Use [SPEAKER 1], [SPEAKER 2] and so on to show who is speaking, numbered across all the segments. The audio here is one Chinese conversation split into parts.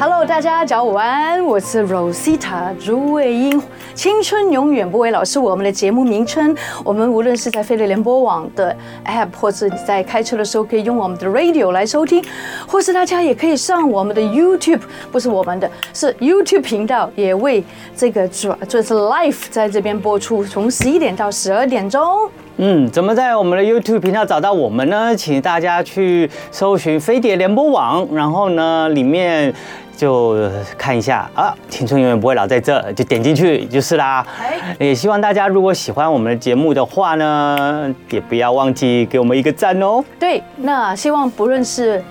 [SPEAKER 1] Hello，大家早午安，我是 Rosita 朱卫英。青春永远不为老师，我们的节目名称，我们无论是在飞碟联播网的 App，或是你在开车的时候可以用我们的 Radio 来收听，或是大家也可以上我们的 YouTube，不是我们的，是 YouTube 频道，也为这个主就是 Live 在这边播出，从十一点到十二点钟。
[SPEAKER 2] 嗯，怎么在我们的 YouTube 频道找到我们呢？请大家去搜寻飞碟联播网，然后呢，里面就看一下啊，青春永远不会老，在这就点进去就是啦。也希望大家如果喜欢我们的节目的话呢，也不要忘记给我们一个赞哦。
[SPEAKER 1] 对，那希望不论是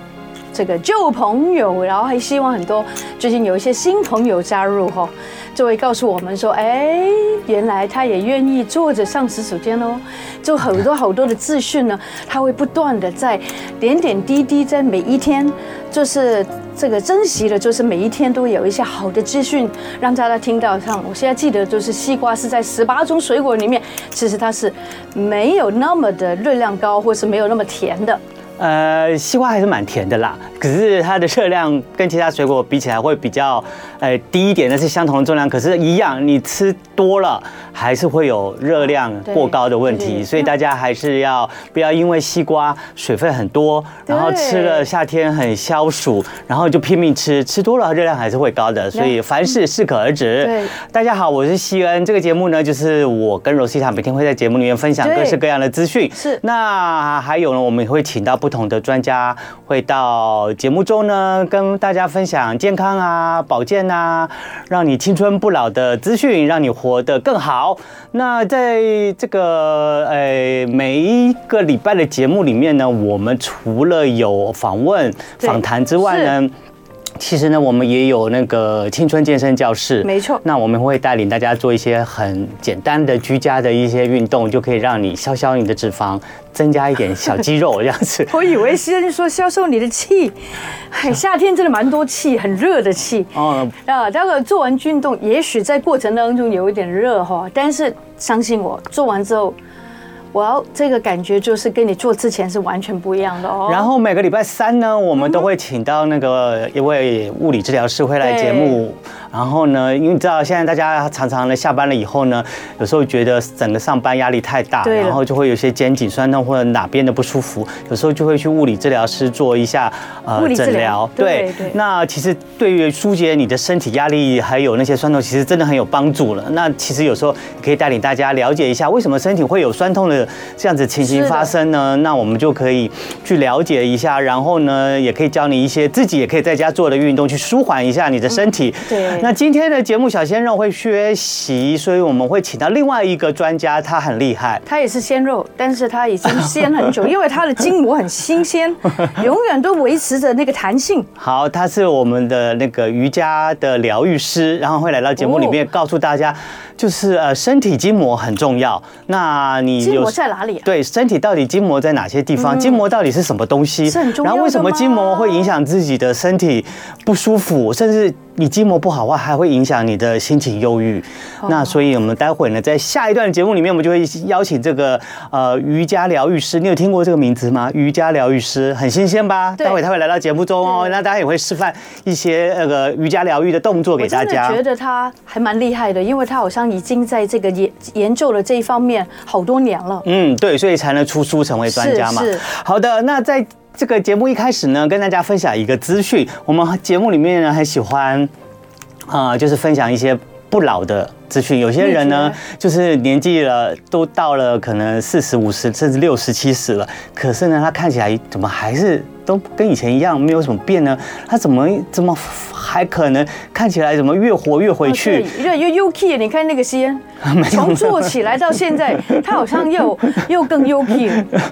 [SPEAKER 1] 这个旧朋友，然后还希望很多最近有一些新朋友加入哈，就会告诉我们说，哎，原来他也愿意坐着上洗手间哦，就很多好多的资讯呢，他会不断的在点点滴滴，在每一天，就是这个珍惜的，就是每一天都有一些好的资讯让大家听到。像我现在记得，就是西瓜是在十八种水果里面，其实它是没有那么的热量高，或是没有那么甜的。
[SPEAKER 2] 呃，西瓜还是蛮甜的啦，可是它的热量跟其他水果比起来会比较呃低一点，但是相同的重量，可是一样，你吃多了还是会有热量过高的问
[SPEAKER 1] 对对
[SPEAKER 2] 题，所以大家还是要不要因为西瓜水分很多，然后吃了夏天很消暑，然后就拼命吃，吃多了热量还是会高的，所以凡事适可而止
[SPEAKER 1] 对。
[SPEAKER 2] 大家好，我是西恩，这个节目呢就是我跟 Rosita 每天会在节目里面分享
[SPEAKER 1] 对
[SPEAKER 2] 各式各样的资讯，
[SPEAKER 1] 是
[SPEAKER 2] 那还有呢，我们也会请到不同的专家，会到节目中呢，跟大家分享健康啊、保健啊，让你青春不老的资讯，让你活得更好。那在这个呃每一个礼拜的节目里面呢，我们除了有访问、
[SPEAKER 1] 对
[SPEAKER 2] 访谈之外呢。其实呢，我们也有那个青春健身教室，
[SPEAKER 1] 没错
[SPEAKER 2] 那我们会带领大家做一些很简单的居家的一些运动，就可以让你消消你的脂肪，增加一点小肌肉这样子。
[SPEAKER 1] 我以为先说销售你的气，哎，夏天真的蛮多气，很热的气。
[SPEAKER 2] 哦，
[SPEAKER 1] 啊，这个做完运动，也许在过程当中有一点热哈，但是相信我，做完之后，哇，这个感觉就是跟你做之前是完全不一样的哦。
[SPEAKER 2] 然后每个礼拜三呢，我们都会请到那个一位物理治疗师会来节目。然后呢，因为你知道现在大家常常呢下班了以后呢，有时候觉得整个上班压力太大，
[SPEAKER 1] 对了
[SPEAKER 2] 然后就会有些肩颈酸痛或者哪边的不舒服，有时候就会去物理治疗师做一下呃
[SPEAKER 1] 物理治疗
[SPEAKER 2] 诊疗。
[SPEAKER 1] 对对
[SPEAKER 2] 那其实对于疏解你的身体压力还有那些酸痛，其实真的很有帮助了。那其实有时候可以带领大家了解一下为什么身体会有酸痛的这样子情
[SPEAKER 1] 是
[SPEAKER 2] 形
[SPEAKER 1] 的
[SPEAKER 2] 发生。生呢，那我们就可以去了解一下，然后呢，也可以教你一些自己也可以在家做的运动，去舒缓一下你的身体。
[SPEAKER 1] 嗯对
[SPEAKER 2] 那今天的节目小鲜肉会学习，所以我们会请到另外一个专家，他很厉害。
[SPEAKER 1] 它也是鲜肉，但是它已经鲜很 久，因为它的筋膜很新鲜，永远都维持着那个弹性。
[SPEAKER 2] 好，他是我们的那个瑜伽的疗愈师，然后会来到节目里面
[SPEAKER 1] 哦
[SPEAKER 2] 告诉大家，就是呃身体筋膜很重要。那你
[SPEAKER 1] 筋
[SPEAKER 2] 有
[SPEAKER 1] 膜在哪里啊？嗯
[SPEAKER 2] 对，身体到底筋膜在哪些地方？筋膜到底是什么东西？
[SPEAKER 1] 是很重要的吗
[SPEAKER 2] 然后为什么筋膜会影响自己的身体不舒服，甚至你筋膜不好的话，还会影响你的心情忧郁。
[SPEAKER 1] 哦
[SPEAKER 2] 那所以我们待会呢，在下一段节目里面，我们就会邀请这个呃瑜伽疗愈师。你有听过这个名字吗？瑜伽疗愈师很新鲜吧？
[SPEAKER 1] 对
[SPEAKER 2] 待会他会来到节目中哦，
[SPEAKER 1] 对
[SPEAKER 2] 那大家也会示范一些那个瑜伽疗愈的动作给大家。
[SPEAKER 1] 我真的觉得他还蛮厉害的，因为他好像已经在这个研研究了这一方面好多年了。
[SPEAKER 2] 嗯，对，所以才能出书成为专家嘛。
[SPEAKER 1] 是是
[SPEAKER 2] 好的，那在这个节目一开始呢，跟大家分享一个资讯，我们节目里面呢很喜欢，啊、就是分享一些。不老的资讯，有些
[SPEAKER 1] 嗯
[SPEAKER 2] 人呢，就是年纪了，都到了可能四十五十，甚至六十七十了，可是呢，他看起来怎么还是都跟以前一样，没有什么变呢？他怎么怎么还可能看起来怎么越活越回去？
[SPEAKER 1] 哦对越来越 U K，你看那个 西恩，从做起来到现在，他好像又又更 U K，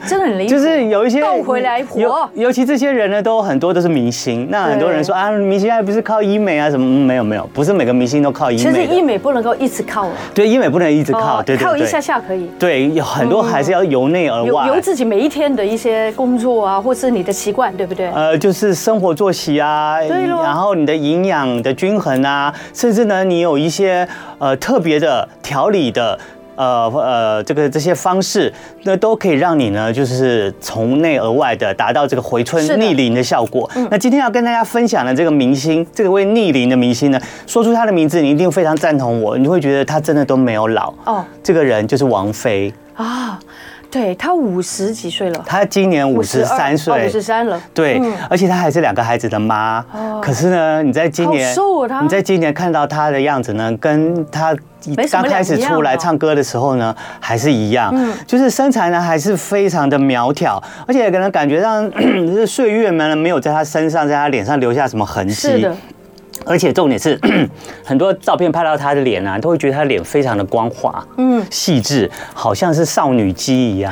[SPEAKER 1] 真的很离谱。
[SPEAKER 2] 就是有一些
[SPEAKER 1] 倒回来
[SPEAKER 2] 尤
[SPEAKER 1] 活，
[SPEAKER 2] 尤其这些人呢，都很多都是明星。那很多人说啊，明星还不是靠医美啊什么？嗯没有没有，不是每个明星都靠医
[SPEAKER 1] 其
[SPEAKER 2] 美
[SPEAKER 1] 实
[SPEAKER 2] 的。
[SPEAKER 1] 医美不能够一直靠啊，
[SPEAKER 2] 对医美不能一直靠，
[SPEAKER 1] 哦
[SPEAKER 2] 对对
[SPEAKER 1] 靠
[SPEAKER 2] 对。
[SPEAKER 1] 一下嗯下可以。
[SPEAKER 2] 对，有很多还是要由内而
[SPEAKER 1] 由
[SPEAKER 2] 外。
[SPEAKER 1] 由自己每一天的一些工作啊，或是你的习惯，对不对？
[SPEAKER 2] 呃，就是生活作息啊，
[SPEAKER 1] 对咯
[SPEAKER 2] 然后你的营养的均衡啊，甚至呢，你有一些呃特别的调理的呃呃这个这些方式，那都可以让你呢，就是从内而外的达到这个回春
[SPEAKER 1] 是的嗯
[SPEAKER 2] 逆龄的效果。那今天要跟大家分享的这个明星，这位逆龄的明星呢，说出他的名字，你一定非常赞同我，你会觉得他真的都没有老。
[SPEAKER 1] 哦
[SPEAKER 2] 这个人就是王菲，
[SPEAKER 1] 啊，对他五十几岁了，
[SPEAKER 2] 她今年五十三岁
[SPEAKER 1] 五，十三了，
[SPEAKER 2] 对
[SPEAKER 1] 嗯，
[SPEAKER 2] 而且她还是两个孩子的妈。
[SPEAKER 1] 哦
[SPEAKER 2] 可是呢，你在今年
[SPEAKER 1] 好瘦哦她，
[SPEAKER 2] 你在今年看到她的样子呢，跟她
[SPEAKER 1] 没什
[SPEAKER 2] 刚
[SPEAKER 1] 么
[SPEAKER 2] 开始
[SPEAKER 1] 两样
[SPEAKER 2] 出来
[SPEAKER 1] 哦
[SPEAKER 2] 唱歌的时候呢，还是一样
[SPEAKER 1] 嗯，
[SPEAKER 2] 就是身材呢还是非常的苗条，而且可能感觉上 就是岁月呢没有在她身上、在她脸上留下什么痕迹。
[SPEAKER 1] 是的，
[SPEAKER 2] 而且重点是， 很多照片拍到她的脸啊，都会觉得她脸非常的光滑、
[SPEAKER 1] 嗯，
[SPEAKER 2] 细致，好像是少女肌 一样。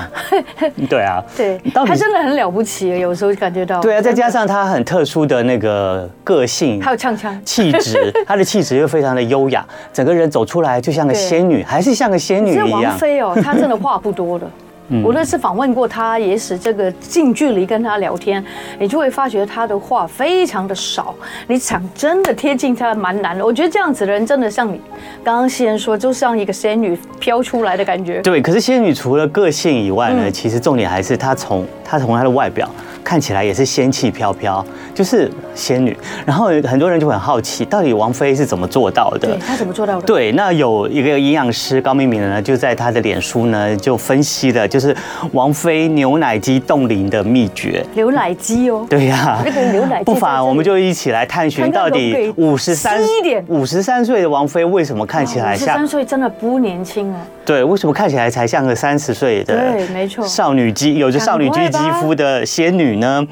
[SPEAKER 2] 对啊，
[SPEAKER 1] 对，
[SPEAKER 2] 到底
[SPEAKER 1] 他真的很了不起，有时候感觉到。
[SPEAKER 2] 对啊，再加上她很特殊的那个个性，
[SPEAKER 1] 还有唱腔，
[SPEAKER 2] 气 质，她的气质又非常的优雅，整个人走出来就像个
[SPEAKER 1] 对
[SPEAKER 2] 仙女，还是像个仙女
[SPEAKER 1] 这
[SPEAKER 2] 嗯一
[SPEAKER 1] 王
[SPEAKER 2] 样。嗯
[SPEAKER 1] 菲哦，她真的话不多 的。我那次访问过她，也使这个近距离跟她聊天，你就会发觉她的话非常的少，你想真的贴近她蛮难的。我觉得这样子的人真的像你刚刚先说，就像一个仙女飘出来的感觉。
[SPEAKER 2] 对，可是仙女除了个性以外呢，
[SPEAKER 1] 嗯
[SPEAKER 2] 其实重点还是她从她从她的外表看起来也是仙气飘飘，就是仙女。然后很多人就很好奇，到底王菲是怎么做到的
[SPEAKER 1] 对，？她怎么做到的？，
[SPEAKER 2] 对，那有一个营养师高敏敏呢，就在她的脸书呢就分析了，就是王菲牛奶机冻龄的秘诀。
[SPEAKER 1] 牛奶机哦，
[SPEAKER 2] 对呀、
[SPEAKER 1] 那个牛奶机
[SPEAKER 2] 不
[SPEAKER 1] 在
[SPEAKER 2] 妨
[SPEAKER 1] 哎这里
[SPEAKER 2] 我们就一起来探寻
[SPEAKER 1] 看看
[SPEAKER 2] 到底
[SPEAKER 1] 可不
[SPEAKER 2] 五
[SPEAKER 1] 可
[SPEAKER 2] 十
[SPEAKER 1] 以
[SPEAKER 2] 三
[SPEAKER 1] 细一点啊
[SPEAKER 2] 五十三岁的王菲为什么看起来
[SPEAKER 1] 十
[SPEAKER 2] 像
[SPEAKER 1] 三岁真的不年轻哦了。
[SPEAKER 2] 对，为什么看起来才像个三十岁的
[SPEAKER 1] 对没错
[SPEAKER 2] 少女肌，有着少女肌
[SPEAKER 1] 赶快
[SPEAKER 2] 肌
[SPEAKER 1] 吧
[SPEAKER 2] 肤的仙女呢？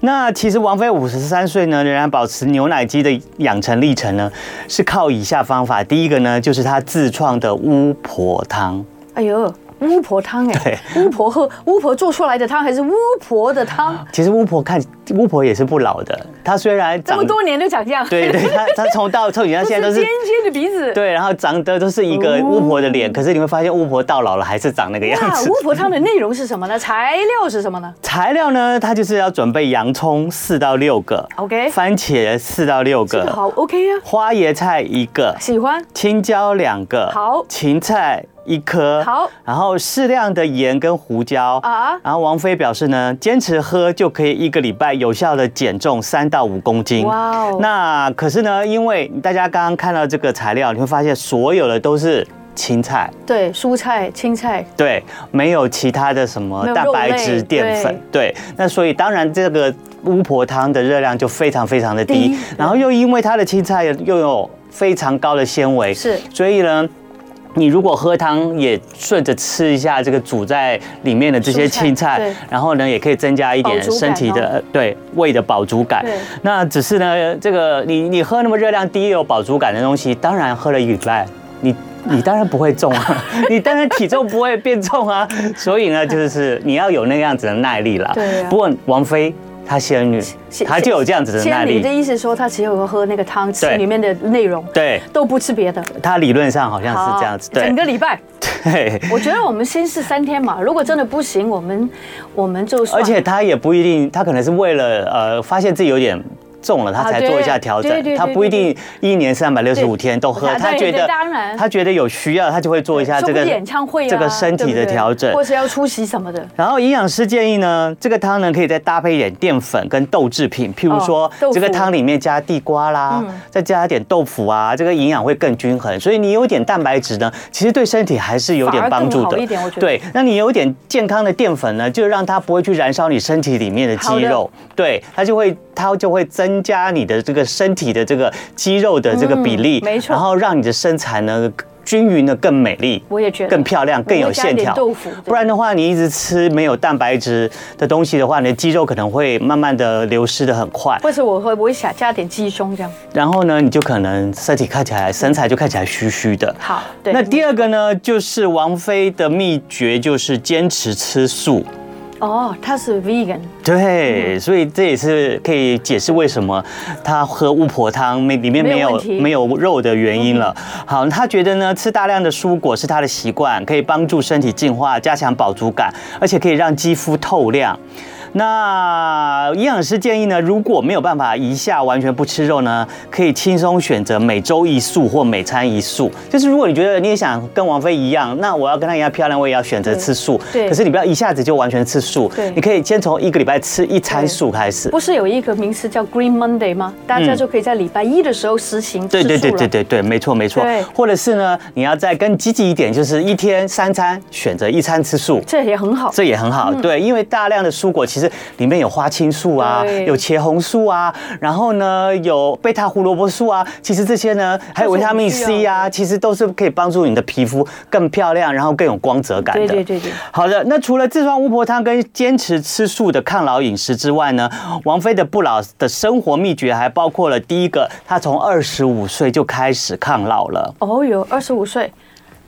[SPEAKER 2] 那其实王菲五十三岁呢，仍然保持牛奶肌的养成历程呢，是靠以下方法。第一个呢，就是她自创的巫婆汤。
[SPEAKER 1] 哎呦，巫婆汤哎，巫婆喝巫婆做出来的汤还是巫婆的 汤，
[SPEAKER 2] 其实巫婆看巫婆也是不老的，她虽然
[SPEAKER 1] 这
[SPEAKER 2] 长
[SPEAKER 1] 么多年都长这样，
[SPEAKER 2] 对对，她她从到从以前到
[SPEAKER 1] 都是
[SPEAKER 2] 现在都是
[SPEAKER 1] 尖尖的鼻子。
[SPEAKER 2] 对，然后长得都是一
[SPEAKER 1] 哦
[SPEAKER 2] 个巫婆的脸，可是你会发现巫婆到老了还是长那个样
[SPEAKER 1] 那
[SPEAKER 2] 子。
[SPEAKER 1] 巫婆汤的内容是什么呢？材料是什么呢？
[SPEAKER 2] 材料呢，它就是要准备洋葱四到六个
[SPEAKER 1] OK
[SPEAKER 2] 番茄四到六
[SPEAKER 1] 这个
[SPEAKER 2] 个，
[SPEAKER 1] 好 OK 啊，
[SPEAKER 2] 花椰菜一个，
[SPEAKER 1] 喜欢。
[SPEAKER 2] 青椒两个，
[SPEAKER 1] 好
[SPEAKER 2] 芹菜一颗，
[SPEAKER 1] 好，
[SPEAKER 2] 然后适量的盐跟胡椒
[SPEAKER 1] 啊
[SPEAKER 2] 然后王菲表示呢，坚持喝就可以一个礼拜有效的减重三到五公斤。
[SPEAKER 1] 哇哦
[SPEAKER 2] 那可是呢，因为大家刚刚看到这个材料，你会发现所有的都是青菜。
[SPEAKER 1] 对，蔬菜、青菜，
[SPEAKER 2] 对，没有其他的什么
[SPEAKER 1] 没有
[SPEAKER 2] 蛋
[SPEAKER 1] 肉
[SPEAKER 2] 白质、
[SPEAKER 1] 类
[SPEAKER 2] 淀粉，对，那所以当然这个巫婆汤的热量就非常非常的低
[SPEAKER 1] 低，
[SPEAKER 2] 然后又因为它的青菜又有非常高的纤维，
[SPEAKER 1] 是
[SPEAKER 2] 所以呢。你如果喝汤，也顺着吃一下这个煮在里面的这些
[SPEAKER 1] 蔬菜
[SPEAKER 2] 青菜
[SPEAKER 1] 对，
[SPEAKER 2] 然后呢，也可以增加一点
[SPEAKER 1] 饱足感
[SPEAKER 2] 身体的
[SPEAKER 1] 哦
[SPEAKER 2] 呃对胃的饱足感
[SPEAKER 1] 对。
[SPEAKER 2] 那只是呢，这个你你喝那么热量低又有饱足感的东西，当然喝了一礼拜，你你当然不会重 啊，你当然体重不会变重啊。所以呢，就是你要有那样子的耐力啦。
[SPEAKER 1] 对啊
[SPEAKER 2] 不过王菲她仙女，她就有这样子的耐
[SPEAKER 1] 千里的
[SPEAKER 2] 力。
[SPEAKER 1] 意思说，她只有喝那个汤，吃
[SPEAKER 2] 对
[SPEAKER 1] 里面的内容，
[SPEAKER 2] 对，
[SPEAKER 1] 都不吃别的。
[SPEAKER 2] 她理论上好像是这样子。
[SPEAKER 1] 好整个
[SPEAKER 2] 对
[SPEAKER 1] 礼拜，
[SPEAKER 2] 对。
[SPEAKER 1] 我觉得我们先试三天嘛。如果真的不行，我们我们就算
[SPEAKER 2] 而且她也不一定，她可能是为了呃发现自己有点。重了，她
[SPEAKER 1] 啊
[SPEAKER 2] 才
[SPEAKER 1] 对
[SPEAKER 2] 做一下调
[SPEAKER 1] 对
[SPEAKER 2] 整。
[SPEAKER 1] 对
[SPEAKER 2] 她
[SPEAKER 1] 对
[SPEAKER 2] 不一
[SPEAKER 1] 对
[SPEAKER 2] 定一年三百六十五
[SPEAKER 1] 对
[SPEAKER 2] 天都喝，
[SPEAKER 1] 啊
[SPEAKER 2] 她
[SPEAKER 1] 对
[SPEAKER 2] 觉
[SPEAKER 1] 对
[SPEAKER 2] 得
[SPEAKER 1] 当然
[SPEAKER 2] 她觉得有需要，她就会做一下
[SPEAKER 1] 说
[SPEAKER 2] 这
[SPEAKER 1] 不
[SPEAKER 2] 个
[SPEAKER 1] 定演唱会啊，
[SPEAKER 2] 这个身体
[SPEAKER 1] 对
[SPEAKER 2] 的
[SPEAKER 1] 不对
[SPEAKER 2] 调整。
[SPEAKER 1] 或是要出席什么的。
[SPEAKER 2] 然后营养师建议呢，这个汤呢可以再搭配一点淀粉跟豆制品，譬如说
[SPEAKER 1] 哦豆腐嗯
[SPEAKER 2] 这个汤里面加地瓜啦，再加一点豆腐啊，这个营养会更均衡。所以你有点蛋白质呢，其实对身体还是有点帮助
[SPEAKER 1] 反而更好一点我
[SPEAKER 2] 的
[SPEAKER 1] 觉。得
[SPEAKER 2] 对，那你有点健康的淀粉呢，就让它不会去燃烧你身体里面的肌肉，对，它就会它就会增加你的这个身体的这个肌肉的这个比例，
[SPEAKER 1] 嗯没错
[SPEAKER 2] 然后让你的身材呢均匀的更美丽。
[SPEAKER 1] 我也觉得
[SPEAKER 2] 更漂亮、更有线
[SPEAKER 1] 我会加一点
[SPEAKER 2] 条
[SPEAKER 1] 豆腐对。
[SPEAKER 2] 不然的话，你一直吃没有蛋白质的东西的话，你的肌肉可能会慢慢的流失的很快。
[SPEAKER 1] 或者我会我会想加点鸡胸这样。
[SPEAKER 2] 然后呢，你就可能身体看起来、身材就看起来虚虚的。
[SPEAKER 1] 好，对。
[SPEAKER 2] 那第二个呢，就是王菲的秘诀就是坚持吃素。
[SPEAKER 1] 哦，它是 vegan，嗯
[SPEAKER 2] 对，所以这也是可以解释为什么她喝巫婆汤没里面没
[SPEAKER 1] 没有
[SPEAKER 2] 有
[SPEAKER 1] 问题嗯
[SPEAKER 2] 没有肉的原因了。好，她觉得呢，吃大量的蔬果是她的习惯，可以帮助身体进化，加强饱足感，而且可以让肌肤透亮。那营养师建议呢，如果没有办法一下完全不吃肉呢，可以轻松选择每周一素或每餐一素。就是如果你觉得你也想跟王菲一样，那我要跟她一样漂亮，我也要选择吃素。
[SPEAKER 1] 对
[SPEAKER 2] 可是你不要一下子就完全吃素
[SPEAKER 1] 对，
[SPEAKER 2] 你可以先从一个礼拜吃一餐素开始。
[SPEAKER 1] 不是有一个名词叫 Green Monday 吗？大家
[SPEAKER 2] 嗯
[SPEAKER 1] 就可以在礼拜一的时候实行
[SPEAKER 2] 对
[SPEAKER 1] 吃
[SPEAKER 2] 对
[SPEAKER 1] 素
[SPEAKER 2] 对
[SPEAKER 1] 了
[SPEAKER 2] 对对对，没错没错
[SPEAKER 1] 对。
[SPEAKER 2] 或者是呢，你要再更积极一点，就是一天三餐选择一餐吃素。
[SPEAKER 1] 这也很好。
[SPEAKER 2] 这也很好，
[SPEAKER 1] 嗯
[SPEAKER 2] 对，因为大量的蔬果其实里面有花青素啊，
[SPEAKER 1] 对
[SPEAKER 2] 有茄红素啊，然后呢有贝塔胡萝卜素啊，其实这些呢还有
[SPEAKER 1] 都是
[SPEAKER 2] 维他命
[SPEAKER 1] 我们需要
[SPEAKER 2] C 啊，其实都是可以帮助你的皮肤更漂亮，然后更有光泽感的。
[SPEAKER 1] 对对对对，
[SPEAKER 2] 好的，那除了自创巫婆汤跟坚持吃素的抗老饮食之外呢，王菲的不老的生活秘诀还包括了第一个，她从二十五岁就开始抗老了，
[SPEAKER 1] 哦哟，二十五岁，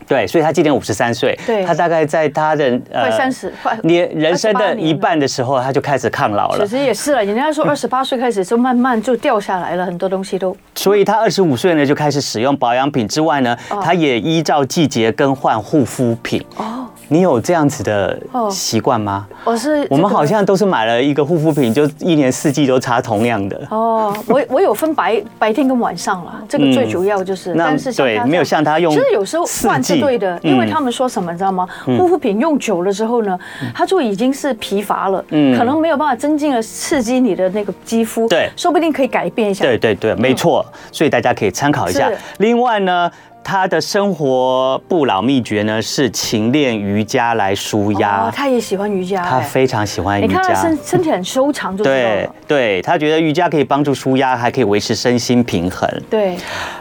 [SPEAKER 2] 对，所以她今年五十三岁，
[SPEAKER 1] 对
[SPEAKER 2] 她大概在她的
[SPEAKER 1] 快30快
[SPEAKER 2] 呃你人生
[SPEAKER 1] 28
[SPEAKER 2] 的
[SPEAKER 1] 年了
[SPEAKER 2] 一半的时候，她就开始抗老了嗯
[SPEAKER 1] 其。实也是了。人家说二十八岁开始就慢慢就掉下来了，很多东西都。
[SPEAKER 2] 所以她二十五岁呢就开始使用保养品之外呢，
[SPEAKER 1] 哦
[SPEAKER 2] 她也依照季节更换护肤品。哦，你有这样子的
[SPEAKER 1] 哦
[SPEAKER 2] 习惯吗？
[SPEAKER 1] 我是这
[SPEAKER 2] 我们
[SPEAKER 1] 个
[SPEAKER 2] 好像都是买了一个护肤品，就一年四季都擦同样的。
[SPEAKER 1] 哦，我我有分白白天跟晚上了，这个最主要就是，
[SPEAKER 2] 嗯那
[SPEAKER 1] 但是像他
[SPEAKER 2] 对
[SPEAKER 1] 这样
[SPEAKER 2] 没有像他用
[SPEAKER 1] 其实有时候换是
[SPEAKER 2] 四季
[SPEAKER 1] 对的，
[SPEAKER 2] 嗯
[SPEAKER 1] 因为他们说什么你知道吗？护肤品用久了之后呢，它就已经是疲乏了，
[SPEAKER 2] 嗯
[SPEAKER 1] 可能没有办法真正的刺激你的那个肌肤，
[SPEAKER 2] 对
[SPEAKER 1] 说不定可以改变一下。
[SPEAKER 2] 对对对，没错，所以大家可以参考一下
[SPEAKER 1] 嗯是。
[SPEAKER 2] 另外呢，他的生活不老秘诀呢是勤练瑜伽来舒
[SPEAKER 1] 哦
[SPEAKER 2] 压，，
[SPEAKER 1] 他也喜欢瑜伽，
[SPEAKER 2] 他
[SPEAKER 1] 哎
[SPEAKER 2] 非常喜欢
[SPEAKER 1] 你
[SPEAKER 2] 瑜
[SPEAKER 1] 看他
[SPEAKER 2] 伽
[SPEAKER 1] 身。身体很哦修长就知道
[SPEAKER 2] 对
[SPEAKER 1] 了。
[SPEAKER 2] 对，他觉得瑜伽可以帮助舒压，还可以维持身心平衡。
[SPEAKER 1] 对，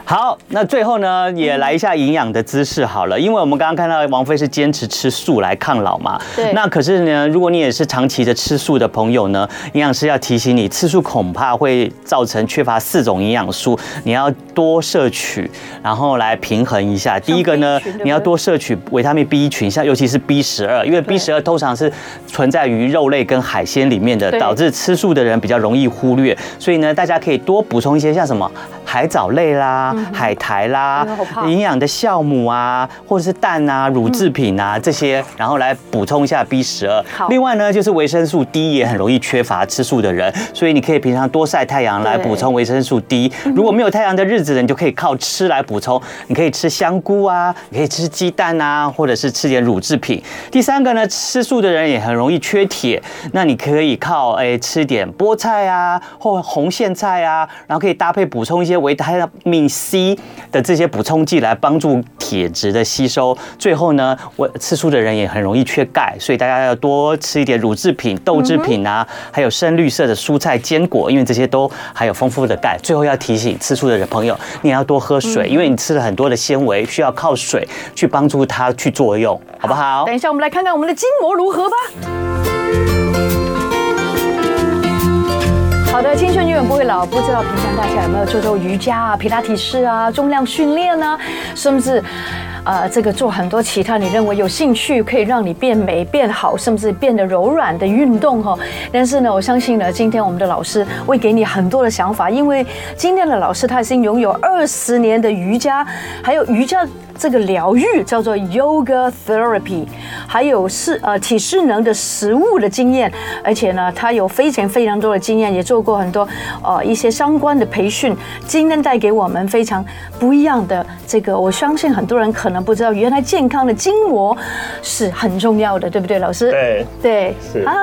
[SPEAKER 2] 好，那最后呢，也来一下营养的知识好了，
[SPEAKER 1] 嗯
[SPEAKER 2] 因为我们刚刚看到王菲是坚持吃素来抗老嘛。
[SPEAKER 1] 对
[SPEAKER 2] 那可是呢，如果你也是长期的吃素的朋友呢，营养师要提醒你，吃素恐怕会造成缺乏四种营养素，你要多摄取，然后来平衡一下。第一个呢
[SPEAKER 1] B 群对不，对
[SPEAKER 2] 你要多摄取维他命 B 群，像尤其是 B 十二，因为 B 十二通常是存在于肉类跟海鲜里面的，
[SPEAKER 1] 对
[SPEAKER 2] 导致吃素的人比较容易忽略。所以呢，大家可以多补充一些像什么海藻类啦、海苔啦
[SPEAKER 1] 嗯哎呦好、怕
[SPEAKER 2] 营养的酵母啊，或者是蛋啊、乳制品啊、这些，然后来补充一下 B 十二
[SPEAKER 1] 嗯好。
[SPEAKER 2] 另外呢，就是维生素 D 也很容易缺乏吃素的人，所以你可以平常多晒太阳来
[SPEAKER 1] 对
[SPEAKER 2] 补充。维生素 D。如果没有太阳的日子呢，你就可以靠吃来补充。你可以吃香菇啊，你可以吃鸡蛋啊，或者是吃点乳制品。第三个呢，吃素的人也很容易缺铁，那你可以靠诶、吃点菠菜啊，或红苋菜啊，然后可以搭配补充一些维他命 C 的这些补充剂来帮助铁质的吸收。最后呢，我吃素的人也很容易缺钙，所以大家要多吃一点乳制品、豆制品啊，还有深绿色的蔬菜、坚果，因为这些都含有丰富的钙。最后要提醒吃素的人朋友，你也要多喝水，因为你吃了很多的纤维，需要靠水去帮助它去作用，好不好？
[SPEAKER 1] 等一下我们来看看我们的筋膜如何吧。好的，青春永远不会老。不知道平常大家有没有做做瑜伽啊、皮拉提式啊、重量训练啊，甚至，呃，这个做很多其他你认为有兴趣可以让你变美、变好，甚至变得柔软的运动哈、哦。但是呢，我相信呢，今天我们的老师会给你很多的想法，因为今天的老师他已经拥有二十年的瑜伽，还有瑜伽这个疗愈叫做 yoga therapy，还有是呃体适能的食物的经验，而且呢，他有非常非常多的经验，也做过很多呃一些相关的培训，今天带给我们非常不一样的这个，我相信很多人可能不知道，原来健康的筋膜是很重要的，对不对，老师？
[SPEAKER 3] 对，
[SPEAKER 1] 对
[SPEAKER 3] 是
[SPEAKER 1] 啊，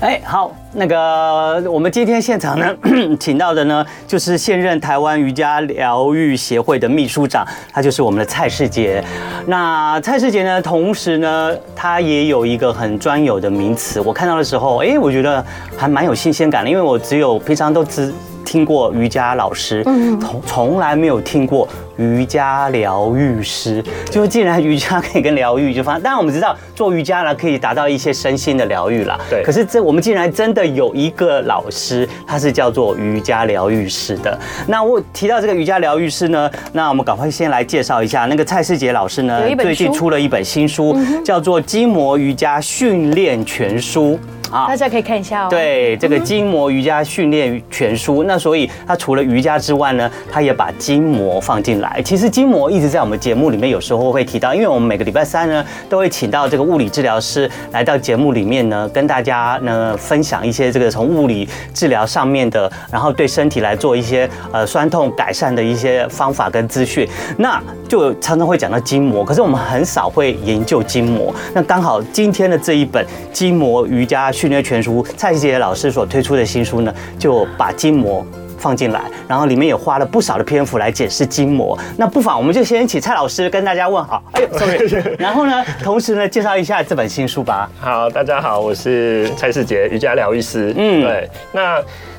[SPEAKER 2] 哎，好，那个我们今天现场呢， 请到的呢就是现任台湾瑜伽疗愈协会的秘书长，他就是我们的蔡世杰。那蔡世杰呢，同时呢，他也有一个很专有的名词，我看到的时候，哎，我觉得还蛮有新鲜感的，因为我只有平常都只听过瑜伽老师，
[SPEAKER 1] 嗯
[SPEAKER 2] 从从来没有听过瑜伽疗愈师，就是既然瑜伽可以跟疗愈，就发，当然我们知道做瑜伽呢可以达到一些身心的疗愈啦，
[SPEAKER 3] 对
[SPEAKER 2] 可是这我们竟然真的有一个老师，他是叫做瑜伽疗愈师的。那我提到这个瑜伽疗愈师呢，那我们赶快先来介绍一下那个蔡世杰老师呢
[SPEAKER 1] 有一，本
[SPEAKER 2] 最近
[SPEAKER 1] 书嗯
[SPEAKER 2] 出了一本新书，叫做《筋膜瑜伽训练全书》啊
[SPEAKER 1] 大。家可以看一下哦。。
[SPEAKER 2] 对，这个筋膜瑜伽训练全书。那所以它除了瑜伽之外呢，它也把筋膜放进来。其实筋膜一直在我们节目里面有时候会提到，因为我们每个礼拜三呢都会请到这个物理治疗师来到节目里面呢，跟大家呢分享一些这个从物理治疗上面的，然后对身体来做一些呃酸痛改善的一些方法跟资讯。那就常常会讲到筋膜，可是我们很少会研究筋膜。那刚好今天的这一本《筋膜瑜伽训练全书》，蔡希杰老师所推出的新书呢，就把筋膜。放进来，然后里面也花了不少的篇幅来解释筋膜。那不妨我们就先请蔡老师跟大家问好， 哎呦，sorry。然后呢，同时呢，介绍一下这本新书吧。
[SPEAKER 3] 好，大家好，我是蔡世杰，瑜伽疗愈师。
[SPEAKER 2] 嗯
[SPEAKER 3] 嗯，对，那。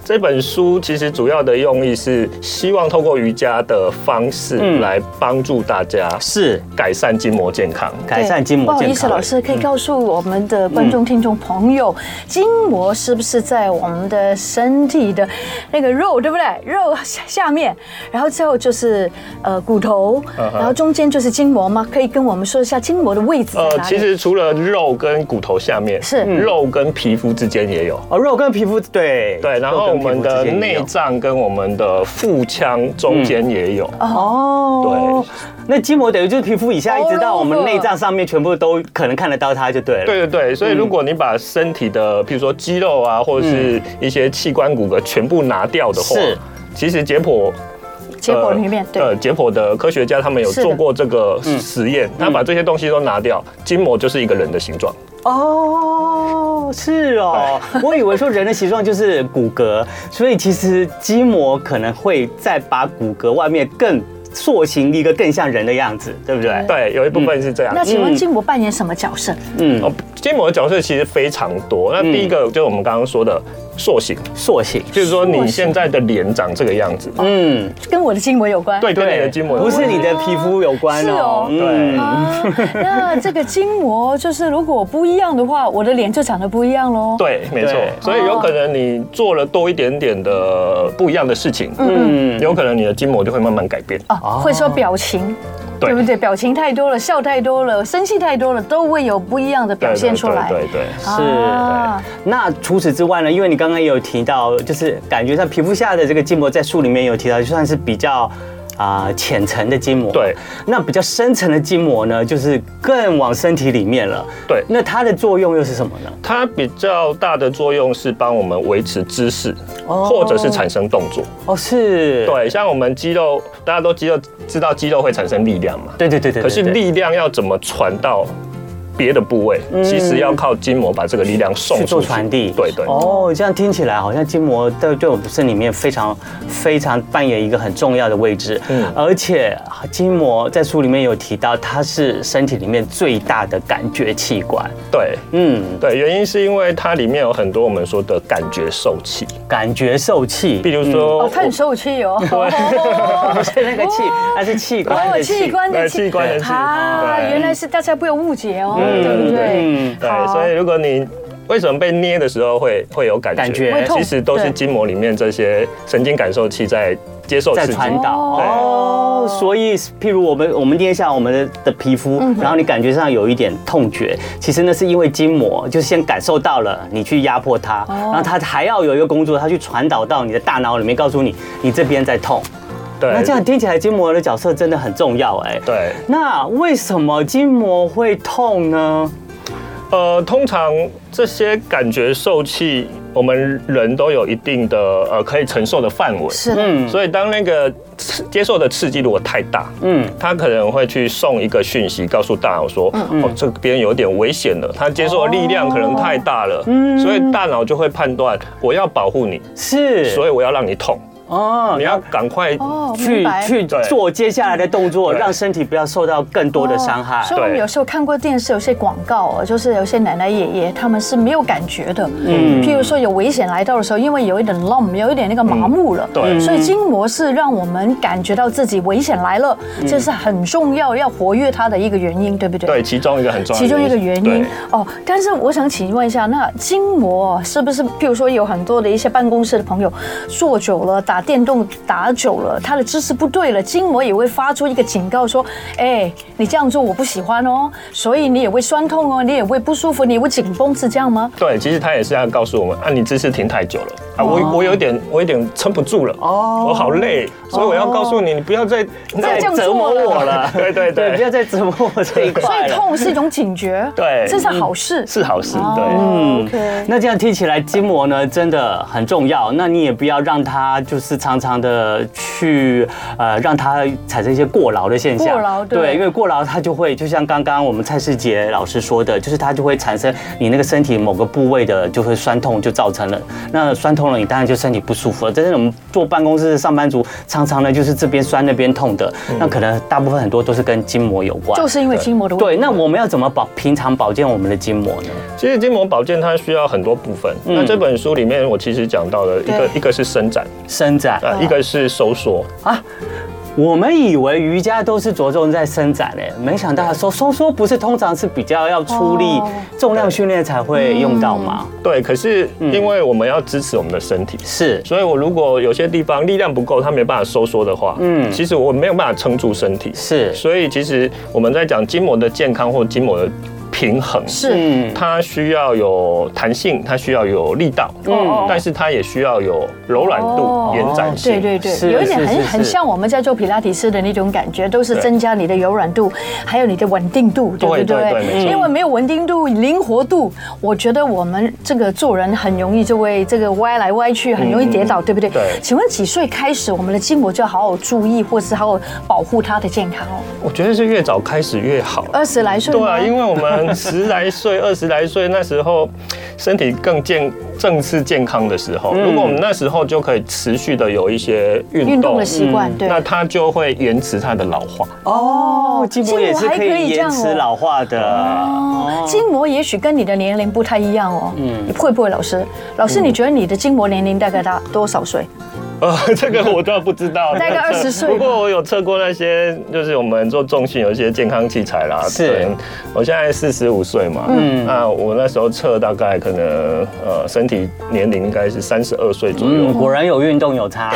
[SPEAKER 3] 这本书其实主要的用意是希望透过瑜伽的方式
[SPEAKER 2] 嗯
[SPEAKER 3] 来帮助大家
[SPEAKER 2] 是
[SPEAKER 3] 改善筋膜健康。
[SPEAKER 2] 改善筋膜
[SPEAKER 1] 不好
[SPEAKER 2] 健
[SPEAKER 1] 意思，
[SPEAKER 2] 康
[SPEAKER 1] 老。师可以告诉我们的观众、听众朋友，
[SPEAKER 3] 嗯
[SPEAKER 1] 筋膜是不是在我们的身体的那个肉，对不对？肉下下面，然后最后就是呃骨头，
[SPEAKER 3] 嗯哼
[SPEAKER 1] 然后中间就是筋膜吗？可以跟我们说一下筋膜的位置在
[SPEAKER 3] 呃，
[SPEAKER 1] 哪
[SPEAKER 3] 其
[SPEAKER 1] 里？
[SPEAKER 3] 实除了肉跟骨头下面，
[SPEAKER 1] 是嗯
[SPEAKER 3] 肉跟皮肤之间也有。
[SPEAKER 2] 哦，肉跟皮肤对
[SPEAKER 3] 对，然后
[SPEAKER 2] 肉跟
[SPEAKER 3] 我
[SPEAKER 2] 皮肤
[SPEAKER 3] 们的
[SPEAKER 2] 之间也有
[SPEAKER 3] 内脏跟我们的腹腔中间也有。
[SPEAKER 2] 嗯哦，那筋膜等于就是皮肤以下一直到我们内脏上面全部都可能看得到它就对了。
[SPEAKER 3] 对对对，
[SPEAKER 2] 嗯
[SPEAKER 3] 所以如果你把身体的，譬如说肌肉啊，或者是一些器官骨骼全部拿掉的话
[SPEAKER 2] 嗯是，
[SPEAKER 3] 其实解剖
[SPEAKER 1] 结果里面
[SPEAKER 3] 呃
[SPEAKER 1] 对
[SPEAKER 3] 呃，解剖的科学家他们有
[SPEAKER 1] 是的
[SPEAKER 3] 做过这个实验，他把这些东西都拿掉，筋膜就是一个人的形状。
[SPEAKER 2] 哦，是哦，我以为说人的形状就是骨骼，所以其实筋膜可能会再把骨骼外面更塑形一个更像人的样子，对不对？
[SPEAKER 3] 对，有一部分是这样。
[SPEAKER 1] 那请问筋膜扮演什么角色？
[SPEAKER 2] 嗯，
[SPEAKER 3] 哦，筋膜的角色其实非常多。那第一个就是我们刚刚说的塑形，
[SPEAKER 2] 塑形，
[SPEAKER 3] 就是说
[SPEAKER 1] 塑
[SPEAKER 3] 你
[SPEAKER 1] 形
[SPEAKER 3] 现在的脸长这个样子，
[SPEAKER 2] 嗯，
[SPEAKER 1] 跟我的筋膜有关？
[SPEAKER 3] 对，跟你的筋膜有
[SPEAKER 2] 不
[SPEAKER 3] 关
[SPEAKER 2] 是你的皮肤有关
[SPEAKER 1] 是哦
[SPEAKER 2] 哦，嗯，
[SPEAKER 1] 啊，那这个筋膜就是如果不一样的话，我的脸就长得不一样喽。
[SPEAKER 3] 对，没错
[SPEAKER 1] 哦
[SPEAKER 2] 对。
[SPEAKER 3] 所以有可能你做了多一点点的不一样的事情，
[SPEAKER 2] 嗯
[SPEAKER 3] 嗯，有可能你的筋膜就会慢慢改变。
[SPEAKER 1] 啊，会
[SPEAKER 3] 哦
[SPEAKER 1] 说表情，
[SPEAKER 3] 对
[SPEAKER 1] 对不对？表情太多了，笑太多了，生气太多了，都会有不一样的表现出来。
[SPEAKER 3] 对对对对对
[SPEAKER 2] 是
[SPEAKER 1] 啊，
[SPEAKER 2] 那除此之外呢？因为你刚刚也有提到，就是感觉上皮肤下的这个筋膜，在书里面有提到，就算是比较啊、浅层的筋膜。
[SPEAKER 3] 对。
[SPEAKER 2] 那比较深层的筋膜呢，就是更往身体里面了。
[SPEAKER 3] 对
[SPEAKER 2] 那它的作用又是什么呢？
[SPEAKER 3] 它比较大的作用是帮我们维持姿势，
[SPEAKER 2] 哦
[SPEAKER 3] 或者是产生动作。
[SPEAKER 2] 哦，是。
[SPEAKER 3] 对，像我们肌肉，大家都肌肉知道肌肉会产生力量嘛，
[SPEAKER 2] 对对对对对。
[SPEAKER 3] 可是
[SPEAKER 2] 对
[SPEAKER 3] 力量要怎么传到别的部位？其实要靠筋膜把这个力量送
[SPEAKER 2] 嗯去
[SPEAKER 3] 出
[SPEAKER 2] 做传递。
[SPEAKER 3] 对对。
[SPEAKER 2] 哦，这样听起来好像筋膜在对我们身里面非常非常扮演一个很重要的位置。嗯
[SPEAKER 3] 嗯，
[SPEAKER 2] 而且筋膜在书里面有提到，它是身体里面最大的感觉器官。
[SPEAKER 3] 对
[SPEAKER 2] 嗯，
[SPEAKER 3] 对，原因是因为它里面有很多我们说的感觉受器，
[SPEAKER 2] 感觉受气，
[SPEAKER 3] 比如
[SPEAKER 2] 嗯
[SPEAKER 3] 说
[SPEAKER 1] 哦，
[SPEAKER 3] 我
[SPEAKER 1] 他很受气 哦。
[SPEAKER 2] 不是 那个气，它是器官
[SPEAKER 1] 哦，
[SPEAKER 2] 的气
[SPEAKER 1] 器。官的
[SPEAKER 3] 对
[SPEAKER 1] 器
[SPEAKER 3] 器官的器
[SPEAKER 1] 啊，
[SPEAKER 3] 对
[SPEAKER 1] 原来是大家不要误解哦，对不对？
[SPEAKER 2] 嗯，
[SPEAKER 3] 对，
[SPEAKER 1] 好
[SPEAKER 3] 所以如果你为什么被捏的时候会会有感觉？
[SPEAKER 2] 感觉
[SPEAKER 1] 会痛
[SPEAKER 3] 其实都是
[SPEAKER 1] 对
[SPEAKER 3] 筋膜里面这些神经感受器在接受
[SPEAKER 2] 在
[SPEAKER 3] 刺激。
[SPEAKER 2] 传导
[SPEAKER 1] 哦
[SPEAKER 2] 哦。所以，譬如我们我们捏一下我们的的皮肤，
[SPEAKER 1] 嗯
[SPEAKER 2] 然后你感觉上有一点痛觉，其实那是因为筋膜就是先感受到了，你去压迫
[SPEAKER 1] 哦
[SPEAKER 2] 它，然后它还要有一个工作，它去传导到你的大脑里面，告诉你你这边在痛。
[SPEAKER 3] 对，
[SPEAKER 2] 那这样听起来筋膜的角色真的很重要哎。
[SPEAKER 3] 对，
[SPEAKER 2] 那为什么筋膜会痛呢？
[SPEAKER 3] 呃，通常这些感觉受器，我们人都有一定的呃可以承受的范围。
[SPEAKER 1] 是的，
[SPEAKER 3] 所以当那个刺接受的刺激如果太大，
[SPEAKER 2] 嗯，
[SPEAKER 3] 它可能会去送一个讯息告诉大脑说，
[SPEAKER 1] 嗯
[SPEAKER 3] 哦，这边有点危险了，它接受的力量可能太大
[SPEAKER 1] 哦
[SPEAKER 3] 了，
[SPEAKER 1] 嗯
[SPEAKER 3] 所以大脑就会判断我要保护你，
[SPEAKER 2] 是，
[SPEAKER 3] 所以我要让你痛，
[SPEAKER 2] 哦，
[SPEAKER 3] 你要赶快。
[SPEAKER 1] 哦，明
[SPEAKER 2] 去
[SPEAKER 1] 白。
[SPEAKER 2] 去
[SPEAKER 3] 对
[SPEAKER 2] 做接下来的动作，
[SPEAKER 3] 对
[SPEAKER 2] 让身体不要受到更多的伤害。
[SPEAKER 1] 哦所以我们
[SPEAKER 3] 对
[SPEAKER 1] 有时候看过电视，有些广告哦，就是有些奶奶爷爷他们是没有感觉的。嗯，譬如说有危险来到的时候，因为有一点 lump，有一点那个麻木
[SPEAKER 2] 嗯
[SPEAKER 1] 了。
[SPEAKER 3] 对
[SPEAKER 1] 所以筋膜是让我们感觉到自己危险来了，
[SPEAKER 2] 嗯
[SPEAKER 1] 这是很重要要活跃它的一个原因，对不对？
[SPEAKER 3] 对，。其中一个很重要
[SPEAKER 1] 其
[SPEAKER 3] 的因素，
[SPEAKER 1] 中一个原因
[SPEAKER 3] 对
[SPEAKER 1] 哦，但是我想请问一下，那筋膜哦是不是，譬如说有很多的一些办公室的朋友坐久了，打电动打久了，他的姿势不对了，筋膜也会发出一个警告说，哎，你这样做我不喜欢哦，所以你也会酸痛哦，你也会不舒服，你也会紧绷，是这样吗？
[SPEAKER 3] 对，其实他也是要告诉我们，啊，你姿势停太久了，啊，我我有点我有点撑不住了，
[SPEAKER 2] 哦
[SPEAKER 3] 我好累，所以我要告诉你，你不要再
[SPEAKER 1] 再
[SPEAKER 3] 再
[SPEAKER 1] 这样
[SPEAKER 2] 哎折磨我了，
[SPEAKER 3] 对对对
[SPEAKER 2] 不要再折磨我这一
[SPEAKER 1] 所
[SPEAKER 2] 块
[SPEAKER 1] 以
[SPEAKER 2] 了。
[SPEAKER 1] 痛是一种警觉，
[SPEAKER 3] 对
[SPEAKER 1] 这是好事。
[SPEAKER 3] 是好事，对。
[SPEAKER 1] 嗯，OK，
[SPEAKER 2] 那这样听起来，筋膜呢真的很重要。那你也不要让它就是常常的去呃，让它产生一些过劳的现象。
[SPEAKER 1] 过劳对
[SPEAKER 2] 因为过劳它就会，就像刚刚我们蔡世杰老师说的，就是它就会产生你那个身体某个部位的就会酸痛，就造成了那酸痛了，你当然就身体不舒服了。但是我们坐办公室的上班族，常常呢就是这边酸那边痛的，那可能大部分很多都是跟筋膜有关。
[SPEAKER 1] 就是因为筋膜的问
[SPEAKER 2] 对，
[SPEAKER 1] 题。
[SPEAKER 2] 那我们要怎么保平常保健我们的筋膜呢？
[SPEAKER 3] 其实筋膜保健它需要很多部分。
[SPEAKER 2] 嗯
[SPEAKER 3] 那这本书里面我其实讲到了一个
[SPEAKER 1] 对
[SPEAKER 3] 一个是伸展
[SPEAKER 2] 伸展。
[SPEAKER 3] 啊，一个是收缩。
[SPEAKER 2] 我们以为瑜伽都是着重在伸展诶，没想到收收缩不是通常是比较要出力
[SPEAKER 1] 哦、
[SPEAKER 2] 重量训练才会用到吗？
[SPEAKER 3] 对，可是因为我们要支持我们的身体。
[SPEAKER 2] 是
[SPEAKER 3] 所以，我如果有些地方力量不够，它没办法收缩的话，
[SPEAKER 2] 嗯
[SPEAKER 3] 嗯，其实我没有办法撑住身体。
[SPEAKER 2] 是，
[SPEAKER 3] 所以，其实我们在讲筋膜的健康或筋膜的平衡，
[SPEAKER 1] 是
[SPEAKER 2] 嗯，
[SPEAKER 3] 它需要有弹性，它需要有力道，
[SPEAKER 1] 哦
[SPEAKER 3] 但是它也需要有柔软
[SPEAKER 1] 哦
[SPEAKER 3] 度、延展性。
[SPEAKER 1] 对对对，
[SPEAKER 2] 是
[SPEAKER 1] 有一点
[SPEAKER 2] 是
[SPEAKER 1] 很
[SPEAKER 2] 是
[SPEAKER 1] 很
[SPEAKER 2] 是
[SPEAKER 1] 像我们在做皮拉提斯的那种感觉，都是
[SPEAKER 3] 对
[SPEAKER 1] 增加你的柔软度，还有你的稳定度，对不
[SPEAKER 3] 对对对没错
[SPEAKER 1] 因为没有稳定度、灵活度，我觉得我们这个做人很容易就会这个歪来歪去，很容易跌倒，对不对？
[SPEAKER 3] 嗯对
[SPEAKER 1] 请问几岁开始我们的筋膜就要好好注意，或是好好保护它的健康哦？
[SPEAKER 3] 我觉得是越早开始越好。
[SPEAKER 1] 二十来岁
[SPEAKER 3] 对啊，
[SPEAKER 1] 哦吗
[SPEAKER 3] 因为我们十来岁、二十来岁那时候，身体更健、正是健康的时候，如果我们那时候就可以持续的有一些
[SPEAKER 1] 嗯运
[SPEAKER 3] 运
[SPEAKER 1] 动
[SPEAKER 3] 动嗯
[SPEAKER 1] 的习惯，对。哦
[SPEAKER 3] 那它就会延迟它的老化。
[SPEAKER 2] 哦，筋膜也是可以延迟老化的，
[SPEAKER 1] 哦，筋膜也许跟你的年龄不太一样哦，嗯，会不会老师？老
[SPEAKER 3] 嗯
[SPEAKER 1] 师，你觉得你的筋膜年龄大概大多少岁？
[SPEAKER 3] 呃，这个我倒不知道，
[SPEAKER 1] 大概20岁吧
[SPEAKER 3] 不过我有测过那些，就是我们做重训有一些健康器材啦。
[SPEAKER 2] 是
[SPEAKER 3] 可能我现在四十五岁嘛，嗯，那我那时候测大概可能呃身体年龄应该是三十二岁左右
[SPEAKER 2] 嗯，。果然有运动 有差。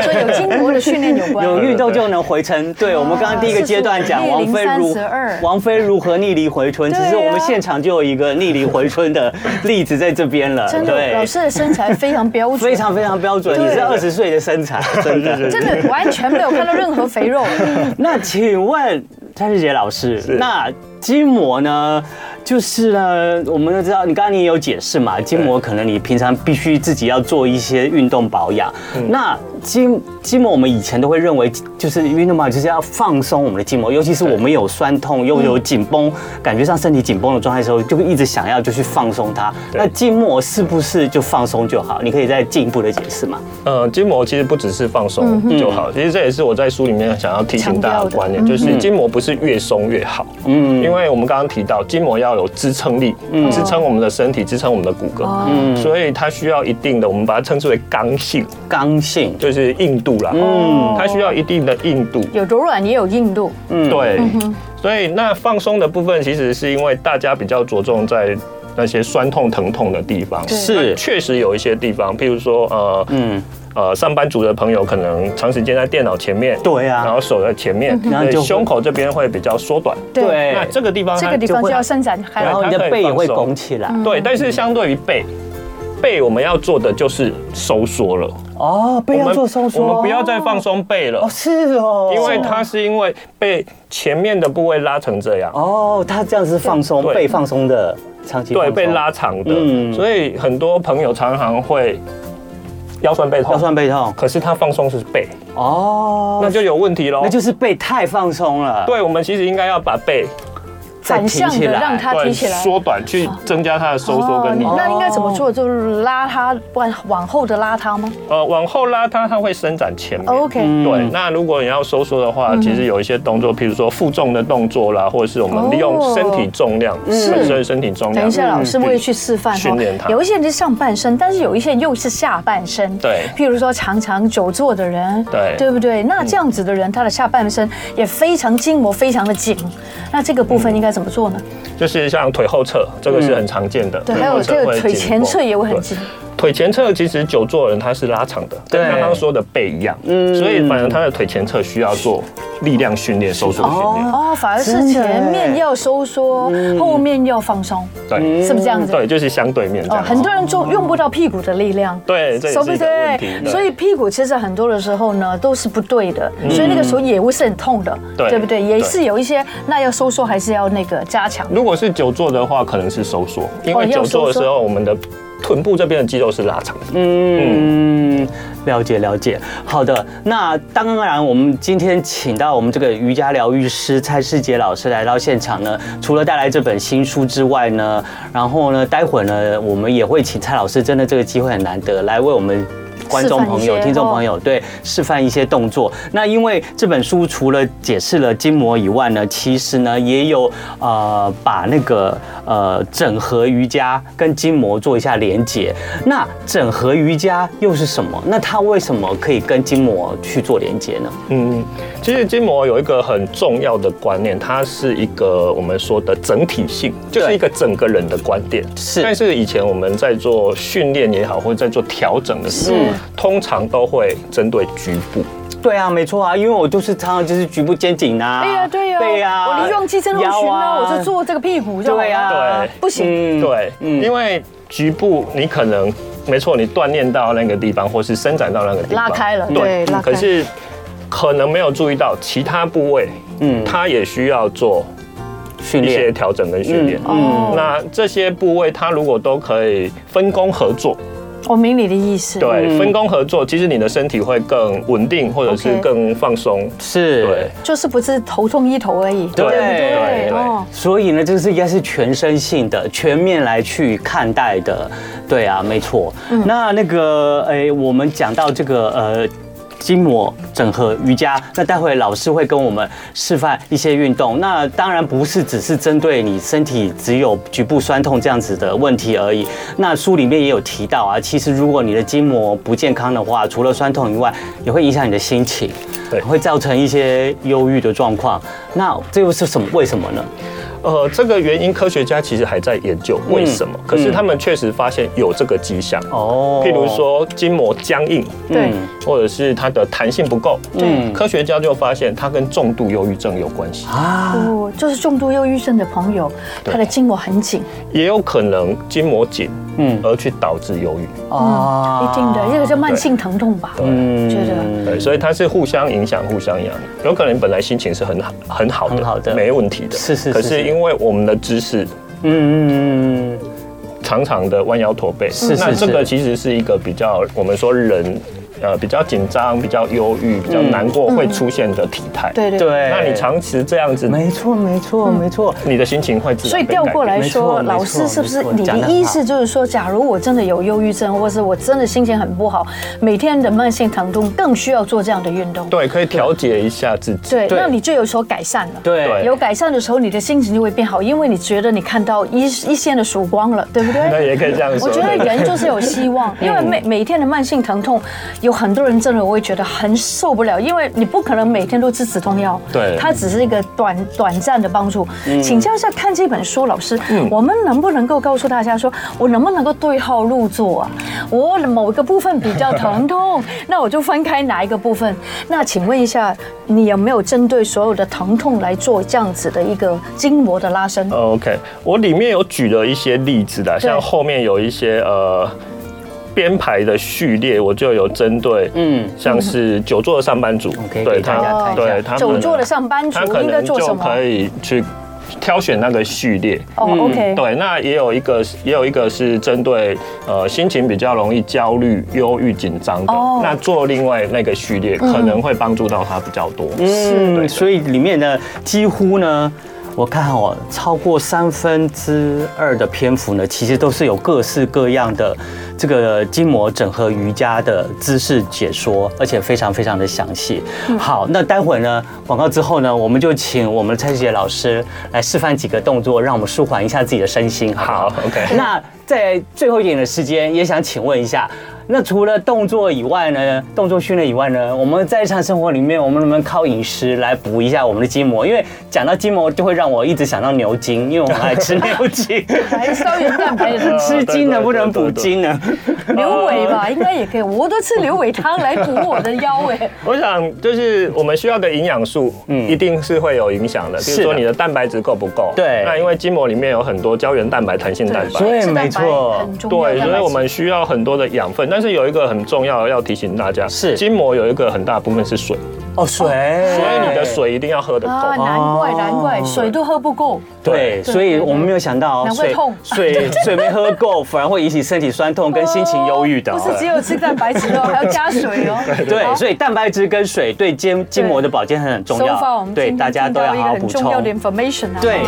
[SPEAKER 1] 所以有筋膜的训练有关。
[SPEAKER 2] 有运动就能回春，对
[SPEAKER 1] 哦
[SPEAKER 2] 我们刚刚第一个阶段讲
[SPEAKER 1] 是
[SPEAKER 2] 王菲如
[SPEAKER 1] 32
[SPEAKER 2] 王菲如何逆离回春，其
[SPEAKER 1] 对啊
[SPEAKER 2] 实我们现场就有一个逆离回春的例子在这边 了，
[SPEAKER 1] 真的，老师的身材非常标准，
[SPEAKER 2] 非常非常标准，
[SPEAKER 1] 对
[SPEAKER 2] 你是二十岁的身材，真的。
[SPEAKER 1] 真的完全没有看到任何肥 肉。
[SPEAKER 2] 那请问蔡世杰老师，那筋膜呢？就是呢，我们都知道，你刚刚你也有解释嘛，筋膜可能你平常必须自己要做一些运动保养。
[SPEAKER 3] 嗯
[SPEAKER 2] 那筋筋膜，我们以前都会认为就是运动保养就是要放松我们的筋膜，尤其是我们有酸痛
[SPEAKER 3] 嗯
[SPEAKER 2] 又有紧绷，感觉上身体紧绷的状态的时候，就会一直想要就去放松它。
[SPEAKER 3] 对
[SPEAKER 2] 那筋膜是不是就放松就好？你可以再进一步的解释吗？
[SPEAKER 3] 呃，筋膜其实不只是放
[SPEAKER 1] 嗯
[SPEAKER 3] 松就好，其实这也是我在书里面想要提醒大家的观念，就是筋膜不是越松越好。嗯，因为我们刚刚提到筋膜要有支撑力，支撑我们的身体，支撑我们的骨骼，
[SPEAKER 1] 哦
[SPEAKER 3] 嗯，所以它需要一定的，我们把它称之为刚性，
[SPEAKER 2] 刚性
[SPEAKER 3] 就是硬度啦。嗯，它需要一定的硬度。
[SPEAKER 1] 有柔软也有硬度，
[SPEAKER 2] 嗯
[SPEAKER 3] 对，所以那放松的部分其实是因为大家比较着重在。那些酸痛疼痛的地方
[SPEAKER 1] 对
[SPEAKER 2] 是
[SPEAKER 3] 那确实有一些地方，譬如说呃，
[SPEAKER 2] 嗯
[SPEAKER 3] 嗯，呃，上班族的朋友可能长时间在电脑前面，
[SPEAKER 2] 对啊
[SPEAKER 3] 然后手在前面，
[SPEAKER 2] 然后
[SPEAKER 3] 对
[SPEAKER 2] 就会
[SPEAKER 3] 胸口这边会比较缩短，
[SPEAKER 1] 对
[SPEAKER 2] 对
[SPEAKER 3] 那这个地方它
[SPEAKER 1] 这个地方
[SPEAKER 3] 会
[SPEAKER 1] 就要伸展开
[SPEAKER 2] 然
[SPEAKER 1] 来。
[SPEAKER 2] 后你的
[SPEAKER 3] 哎它可以
[SPEAKER 2] 背也会
[SPEAKER 3] 放松
[SPEAKER 2] 拱起来。
[SPEAKER 3] 对，但是相对于背，背我们要做的就是收缩了，
[SPEAKER 2] 哦，背
[SPEAKER 3] 我
[SPEAKER 2] 要
[SPEAKER 3] 们
[SPEAKER 2] 做收缩，
[SPEAKER 3] 我们不要再放松背了
[SPEAKER 2] 哦，，是哦，
[SPEAKER 3] 因为它是因为被前面的部位拉成这样，
[SPEAKER 2] 哦，它这样是放松
[SPEAKER 3] 对
[SPEAKER 2] 被放松的长期放
[SPEAKER 3] 对，
[SPEAKER 2] 松
[SPEAKER 3] 被拉长的，
[SPEAKER 2] 嗯
[SPEAKER 3] 所以很多朋友常常会腰酸背痛，
[SPEAKER 2] 腰酸背痛
[SPEAKER 3] 可是他放松是背，
[SPEAKER 2] 哦，
[SPEAKER 3] 那就有问题喽。
[SPEAKER 2] 那就是背太放松了，，
[SPEAKER 3] 对，我们其实应该要把背
[SPEAKER 2] 再
[SPEAKER 1] 反
[SPEAKER 2] 提
[SPEAKER 1] 向
[SPEAKER 2] 起
[SPEAKER 1] 的
[SPEAKER 2] 来
[SPEAKER 1] 让它
[SPEAKER 3] 对
[SPEAKER 1] 提起来。
[SPEAKER 3] 缩短，去增加它的收缩跟力
[SPEAKER 1] 哦
[SPEAKER 3] 道。
[SPEAKER 1] 那应该怎么做？就是拉它，往往后的拉它吗
[SPEAKER 3] 呃，往后拉它，它会伸展前面。
[SPEAKER 1] 哦？OK，嗯
[SPEAKER 3] 对，那如果你要收缩的话，其实有一些动作，譬如说负重的动作啦，或者是我们利用身体重量，本身的身体重量。
[SPEAKER 1] 嗯等一下，老师
[SPEAKER 3] 嗯
[SPEAKER 1] 会去示范哦
[SPEAKER 3] 训练它
[SPEAKER 1] 有一些人是上半身，但是有一些又是下半身。
[SPEAKER 3] 对
[SPEAKER 1] 譬如说常常久坐的人，
[SPEAKER 3] 对嗯
[SPEAKER 1] 对不对？那这样子的人，他的下半身也非常筋膜非常的紧，那这个部分应该怎么
[SPEAKER 3] 嗯
[SPEAKER 1] 做呢？
[SPEAKER 2] 嗯
[SPEAKER 3] 就是像腿后侧，这个是很常见的。
[SPEAKER 1] 对，
[SPEAKER 3] 腿
[SPEAKER 1] 还有
[SPEAKER 3] 后侧
[SPEAKER 1] 这
[SPEAKER 3] 会
[SPEAKER 1] 个腿
[SPEAKER 3] 紧
[SPEAKER 1] 前
[SPEAKER 3] 绷
[SPEAKER 1] 侧也会很
[SPEAKER 3] 对
[SPEAKER 1] 紧，
[SPEAKER 3] 腿前侧其实久坐的人他是拉长的，跟
[SPEAKER 2] 对
[SPEAKER 3] 刚刚说的背一样，
[SPEAKER 2] 嗯
[SPEAKER 3] 所以反而他的腿前侧需要做力量训练、收缩训练。
[SPEAKER 1] 哦，反而是
[SPEAKER 2] 真的
[SPEAKER 1] 前面要收缩，
[SPEAKER 3] 嗯
[SPEAKER 1] 后面要放松，
[SPEAKER 3] 对，
[SPEAKER 1] 是不是这样
[SPEAKER 2] 嗯
[SPEAKER 1] 子？
[SPEAKER 3] 对，就是相对面这
[SPEAKER 1] 哦，
[SPEAKER 3] 样。
[SPEAKER 1] 很多人就用不到屁股的力量。
[SPEAKER 3] 对，这也
[SPEAKER 1] 手
[SPEAKER 3] 是
[SPEAKER 1] 不
[SPEAKER 3] 一个问题。对嗯
[SPEAKER 1] 所以屁股其实很多的时候呢都是不对的，所以那个时候也会是很痛的，
[SPEAKER 3] 对
[SPEAKER 1] 对不对？也
[SPEAKER 3] 对
[SPEAKER 1] 是有一些那要收缩还是要那个加强。
[SPEAKER 3] 如果是久坐的话，可能是收缩，因
[SPEAKER 1] 哦
[SPEAKER 3] 为
[SPEAKER 1] 要收
[SPEAKER 3] 久
[SPEAKER 1] 缩
[SPEAKER 3] 坐的时候，我们的臀部这边的肌肉是拉长的。
[SPEAKER 2] 嗯，了解了解。好的，那当然，啊我们今天请到我们这个瑜伽疗愈师蔡世杰老师来到现场呢，除了带来这本新书之外呢，然后呢，待会儿呢，我们也会请蔡老师，真的这个机会很难得，来为我们。观众
[SPEAKER 1] 示
[SPEAKER 2] 朋
[SPEAKER 1] 范一
[SPEAKER 2] 友、
[SPEAKER 1] 些
[SPEAKER 2] 听众朋友，对示范一些动作。那因为这本书除了解释了筋膜以外呢，其实呢也有呃把那个呃整合瑜伽跟筋膜做一下连接。那整合瑜伽又是什么？那它为什么可以跟筋膜去做连接呢？
[SPEAKER 3] 嗯，其实筋膜有一个很重要的观念，它是一个我们说的整体性，就是一个整个人的观点。
[SPEAKER 2] 是
[SPEAKER 3] 但是以前我们在做训练也好，或者在做调整的时候
[SPEAKER 1] 是，
[SPEAKER 3] 通常都会针对局部。
[SPEAKER 2] 对啊，没错啊，因为我就是常常就是局部肩颈啊，
[SPEAKER 1] 哎对呀对呀，
[SPEAKER 2] 对呀，
[SPEAKER 1] 我的用肌症候群
[SPEAKER 2] 腰啊
[SPEAKER 1] 呢，啊我就做这个屁股就好
[SPEAKER 2] 对啊
[SPEAKER 1] 了，
[SPEAKER 3] 啊对
[SPEAKER 1] 不行。
[SPEAKER 2] 嗯
[SPEAKER 3] 对，
[SPEAKER 2] 嗯
[SPEAKER 3] 因为局部你可能没错，你锻炼到那个地方，或是伸展到那个地方，
[SPEAKER 1] 拉开了对
[SPEAKER 3] 对，嗯
[SPEAKER 1] 拉开
[SPEAKER 3] 可是可能没有注意到其他部位，
[SPEAKER 2] 嗯
[SPEAKER 3] 它也需要做
[SPEAKER 2] 训
[SPEAKER 3] 一些
[SPEAKER 2] 练，
[SPEAKER 3] 调整跟训练。
[SPEAKER 1] 哦，
[SPEAKER 3] 嗯那这些部位，它如果都可以分工合作，
[SPEAKER 1] 我明你的意思。
[SPEAKER 3] 对，
[SPEAKER 2] 嗯
[SPEAKER 3] 分工合作，其实你的身体会更稳定，或者是
[SPEAKER 1] OK
[SPEAKER 3] 更放松。
[SPEAKER 2] 是
[SPEAKER 3] 对，
[SPEAKER 1] 就是不是头痛医头而已，
[SPEAKER 2] 对
[SPEAKER 1] 不
[SPEAKER 3] 对对
[SPEAKER 1] 哦，
[SPEAKER 2] 所以呢，这是应该是全身性的、全面来去看待的，对啊，没错。那那个，诶，我们讲到这个，呃。筋膜整合瑜伽，那待会老师会跟我们示范一些运动。那当然不是只是针对你身体只有局部酸痛这样子的问题而已。那书里面也有提到啊，其实如果你的筋膜不健康的话，除了酸痛以外，也会影响你的心情，
[SPEAKER 3] 对
[SPEAKER 2] 会造成一些忧郁的状况。那这又是什么？为什么呢？
[SPEAKER 3] 呃，这个原因科学家其实还在研究为什么，
[SPEAKER 2] 嗯
[SPEAKER 3] 可是他们确实发现有这个迹象。啊
[SPEAKER 2] 哦，
[SPEAKER 3] 譬如，说筋膜僵硬，
[SPEAKER 1] 对
[SPEAKER 3] 或者是它的弹性不够，
[SPEAKER 1] 对
[SPEAKER 3] 科学家就发现它跟重度忧郁症有关系，
[SPEAKER 2] 嗯啊，
[SPEAKER 1] 哦，就是重度忧郁症的朋友，
[SPEAKER 3] 嗯对
[SPEAKER 1] 他的筋膜很紧，
[SPEAKER 3] 也有可能筋膜紧
[SPEAKER 2] 嗯，
[SPEAKER 3] 而去导致忧郁。
[SPEAKER 2] 啊
[SPEAKER 1] 嗯一定的，这个叫慢性疼痛吧？
[SPEAKER 2] 嗯
[SPEAKER 1] 觉得
[SPEAKER 3] 对，所以它是互相影响、互相影响。有可能你本来心情是很好、很好的，
[SPEAKER 2] 很好的
[SPEAKER 3] 没问题的。
[SPEAKER 2] 是是是
[SPEAKER 3] 可是因为我们的姿势
[SPEAKER 2] 嗯嗯嗯嗯，
[SPEAKER 3] 常常的弯腰驼背，
[SPEAKER 2] 是是
[SPEAKER 3] 那这个
[SPEAKER 2] 是
[SPEAKER 3] 其实是一个比较我们说人呃比较紧张、比较忧郁、比较难过会出现的体态。
[SPEAKER 1] 对嗯对。
[SPEAKER 2] 对，
[SPEAKER 3] 那你长期这样子，
[SPEAKER 2] 没错没错
[SPEAKER 1] 嗯
[SPEAKER 2] 没错，
[SPEAKER 3] 你的心情会自然
[SPEAKER 1] 所以
[SPEAKER 3] 被
[SPEAKER 1] 调
[SPEAKER 3] 改
[SPEAKER 1] 过
[SPEAKER 3] 变
[SPEAKER 1] 来
[SPEAKER 2] 没错
[SPEAKER 1] 说，
[SPEAKER 2] 没错
[SPEAKER 1] 老师是不是
[SPEAKER 2] 没错
[SPEAKER 1] 你的
[SPEAKER 2] 讲得很
[SPEAKER 1] 意
[SPEAKER 2] 好
[SPEAKER 1] 思就是说，假如我真的有忧郁症，或是我真的心情很不好，每天的慢性疼痛更需要做这样的运动？
[SPEAKER 3] 对，可以调节一下自己。
[SPEAKER 1] 对，
[SPEAKER 2] 对
[SPEAKER 1] 那你就有所改善了。
[SPEAKER 2] 对
[SPEAKER 1] 有改善的时候，你的心情就会变好，因为你觉得你看到一一线的曙光了，对不 对？
[SPEAKER 3] 那也可以这样说。
[SPEAKER 1] 我觉得
[SPEAKER 3] 对
[SPEAKER 1] 人就是有希望，
[SPEAKER 3] 嗯
[SPEAKER 1] 因为每每天的慢性疼痛，有很多人真的我会觉得很受不了，因为你不可能每天都吃止痛药，
[SPEAKER 3] 对嗯
[SPEAKER 1] 它只是一个短短暂的帮助。请教一下，看这本书，老师，我们能不能够告诉大家说，我能不能够对号入座啊？我某一个部分比较疼痛， 那我就分开哪一个部分？那请问一下，你有没有针对所有的疼痛来做这样子的一个筋膜的拉伸？
[SPEAKER 3] OK，我里面有举了一些例子的，
[SPEAKER 1] 对
[SPEAKER 3] 像后面有一些呃编排的序列，我就有针对，
[SPEAKER 2] 嗯
[SPEAKER 3] 嗯，像是久坐的上班族
[SPEAKER 2] OK，给大家看一下
[SPEAKER 3] 对他们
[SPEAKER 1] 久坐的上班族
[SPEAKER 3] 他可
[SPEAKER 1] 应该
[SPEAKER 3] 能
[SPEAKER 1] 做什
[SPEAKER 3] 就
[SPEAKER 1] 么？
[SPEAKER 3] 可以去挑选那个序列。
[SPEAKER 1] 哦，OK，
[SPEAKER 3] 对，那也有一个，也有一个是针对呃心情比较容易焦虑、忧郁、紧张的
[SPEAKER 1] 哦
[SPEAKER 3] 那做另外那个序列可能会帮助到他比较多。
[SPEAKER 2] 嗯，所以里面呢，几乎呢。我看哦，超过三分之二的篇幅呢，其实都是有各式各样的这个筋膜整合瑜伽的姿势解说，而且非常非常的详细。
[SPEAKER 1] 嗯
[SPEAKER 2] 好，那待会呢，广告之后呢，我们就请我们蔡世杰老师来示范几个动作，让我们舒缓一下自己的身心，好不好
[SPEAKER 3] 好？，OK。
[SPEAKER 2] 那在最后一点的时间，也想请问一下，那除了动作以外呢，动作训练以外呢，我们在日常生活里面，我们能不能靠饮食来补一下我们的筋膜？因为讲到筋膜，就会让我一直想到牛筋，因为我们爱吃牛 筋。
[SPEAKER 1] 还胶原蛋白也是
[SPEAKER 2] 吃筋能不能补筋呢？
[SPEAKER 1] 牛尾吧，应该也可以。我都吃牛尾汤来补我的腰哎。
[SPEAKER 3] 我想就是我们需要的营养素，嗯，一定是会有影响的。比如说你的蛋白质够不够？
[SPEAKER 2] 对
[SPEAKER 3] 那因为筋膜里面有很多胶原蛋白、弹性蛋白，
[SPEAKER 2] 所以没
[SPEAKER 1] 错，很重要
[SPEAKER 3] 对，所以我
[SPEAKER 1] 蛋白质
[SPEAKER 3] 们需要很多的养分。但是有一个很重要的要提醒大家，
[SPEAKER 2] 是
[SPEAKER 3] 筋膜有一个很大部分是水，
[SPEAKER 2] 哦，水，
[SPEAKER 3] 所以你的水一定要喝得
[SPEAKER 1] 啊，
[SPEAKER 3] 够。
[SPEAKER 1] 难怪难
[SPEAKER 2] 哦
[SPEAKER 1] 怪，水都喝不够。
[SPEAKER 2] 对，所以我们没有想到
[SPEAKER 1] 难怪
[SPEAKER 2] 水
[SPEAKER 1] 痛
[SPEAKER 2] 水水没喝够，反而会引起身体酸痛跟心情忧郁的
[SPEAKER 1] 不。是只有吃蛋白质哦，还要加水哦。
[SPEAKER 2] 对，所以蛋白质跟水对筋筋膜的保健很重
[SPEAKER 1] so far 我
[SPEAKER 2] 要
[SPEAKER 1] 们，
[SPEAKER 2] 对
[SPEAKER 1] 今天
[SPEAKER 2] 大家
[SPEAKER 1] 听
[SPEAKER 2] 都
[SPEAKER 1] 到
[SPEAKER 2] 要
[SPEAKER 1] 一
[SPEAKER 2] 好
[SPEAKER 1] 个
[SPEAKER 2] 好
[SPEAKER 1] 很
[SPEAKER 2] 补
[SPEAKER 1] 重要的
[SPEAKER 2] 充。
[SPEAKER 1] information 啊。
[SPEAKER 2] 对，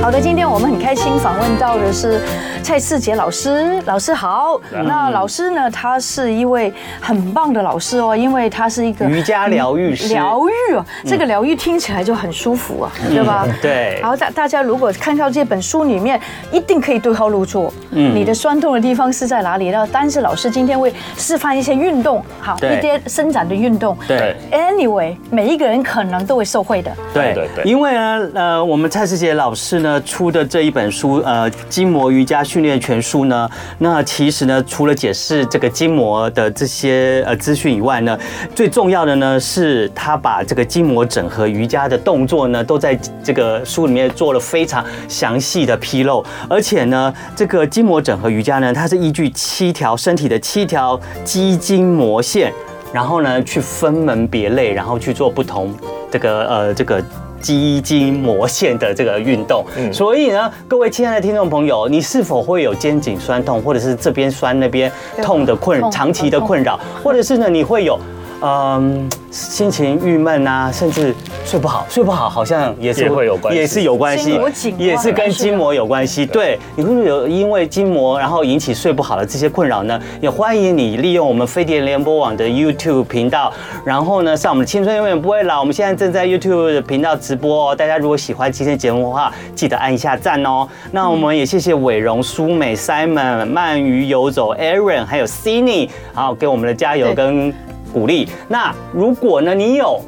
[SPEAKER 1] 好的，今天我们很开心访问到的是蔡世杰老师，老师好。
[SPEAKER 2] 嗯
[SPEAKER 1] 那老师呢，他是一位很棒的老师哦，因为他是一个
[SPEAKER 2] 瑜伽疗愈师，嗯
[SPEAKER 1] 疗愈哦，这个疗愈听起来就很舒服啊，对吧？
[SPEAKER 2] 对
[SPEAKER 1] 然后大大家如果看到这本书里面，一定可以对号入座。嗯，你的酸痛的地方是在哪里呢？但是老师今天会示范一些运动，好，
[SPEAKER 2] 对
[SPEAKER 1] 一些伸展的运动。
[SPEAKER 2] 对。
[SPEAKER 1] Anyway，每一个人可能都会受惠的。
[SPEAKER 2] 对
[SPEAKER 3] 对对
[SPEAKER 2] 因为呢，呃，我们蔡世杰老师呢出的这一本书，呃，《筋膜瑜伽训练全书》呢，那其实呢，除了解释这个筋膜的这些呃资讯以外呢，最重要的呢是他把这个筋膜整合瑜伽的动作呢，都在这个书里面做了非常详细的披露，而且呢，这个筋膜整合瑜伽呢，它是依据七条身体的七条肌筋膜线。然后呢，去分门别类，然后去做不同这个呃这个肌筋膜线的这个运动。
[SPEAKER 3] 嗯
[SPEAKER 2] 所以呢，各位亲爱的听众朋友，你是否会有肩颈酸痛，或者是这边酸那边痛的困
[SPEAKER 1] 痛
[SPEAKER 2] 长期的
[SPEAKER 1] 痛
[SPEAKER 2] 困扰，或者是呢你会有？嗯，心情郁闷啊，甚至睡不好，睡不好好像也是
[SPEAKER 3] 也会有关系
[SPEAKER 2] 也是有关系
[SPEAKER 1] 筋膜紧，绷
[SPEAKER 2] 也是跟
[SPEAKER 1] 还是
[SPEAKER 2] 筋膜有关系。对，你会不会有因为筋膜然后引起睡不好的这些困扰呢？也欢迎你利用我们飞碟联播网的 YouTube 频道，然后呢上我们的青春永远不会老，我们现在正在 YouTube 的频道直播哦。大家如果喜欢今天节目的话，记得按一下赞哦。那我们也谢谢伟荣、苏美、Simon、鳗鱼游走、Aaron 还有 Cindy，好给我们的加油
[SPEAKER 1] 对
[SPEAKER 2] 跟鼓励。那如果呢你有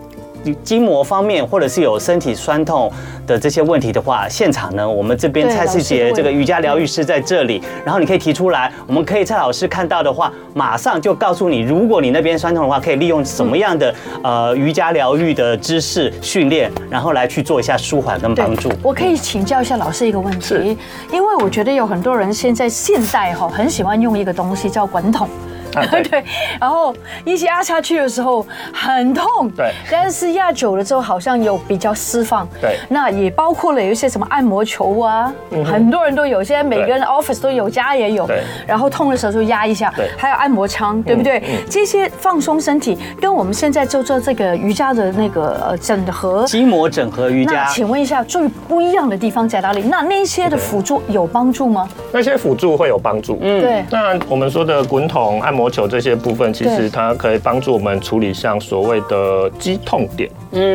[SPEAKER 2] 筋膜方面，或者是有身体酸痛的这些问题的话，现场呢，我们这边
[SPEAKER 1] 对
[SPEAKER 2] 蔡世
[SPEAKER 1] 老师
[SPEAKER 2] 杰
[SPEAKER 1] 会嗯
[SPEAKER 2] 这个瑜伽疗愈师在这里，然后你可以提出来，我们可以蔡老师看到的话，马上就告诉你，如果你那边酸痛的话，可以利用什
[SPEAKER 1] 嗯
[SPEAKER 2] 么样的呃瑜伽疗愈的知识训练，然后来去做一下舒缓跟帮助。
[SPEAKER 1] 我可以请教一下老师一个问题，因为我觉得有很多人现在现代哈很喜欢用一个东西叫滚筒。
[SPEAKER 3] 啊
[SPEAKER 1] 对然后一压下去的时候很痛，
[SPEAKER 3] 对
[SPEAKER 1] 但是压久了之后好像有比较释放，
[SPEAKER 3] 对嗯
[SPEAKER 1] 那也包括了有一些什么按摩球啊，很多人都有，现在每个人 office 都有，家也有
[SPEAKER 3] 对，
[SPEAKER 1] 然后痛的时候就压一下
[SPEAKER 3] 对，嗯
[SPEAKER 1] 还有按摩枪，对不对？这些放松身体跟我们现在就做这个瑜伽的那个呃整合
[SPEAKER 2] 筋膜整合瑜
[SPEAKER 1] 那
[SPEAKER 2] 伽，
[SPEAKER 1] 请问一下，最不一样的地方在哪里？那那些的辅助有帮助吗？
[SPEAKER 3] 那些辅助会有帮助。嗯，
[SPEAKER 1] 对
[SPEAKER 3] 那我们说的滚筒、按摩球这些部分，其
[SPEAKER 1] 对
[SPEAKER 3] 实它可以帮助我们处理像所谓的肌痛点，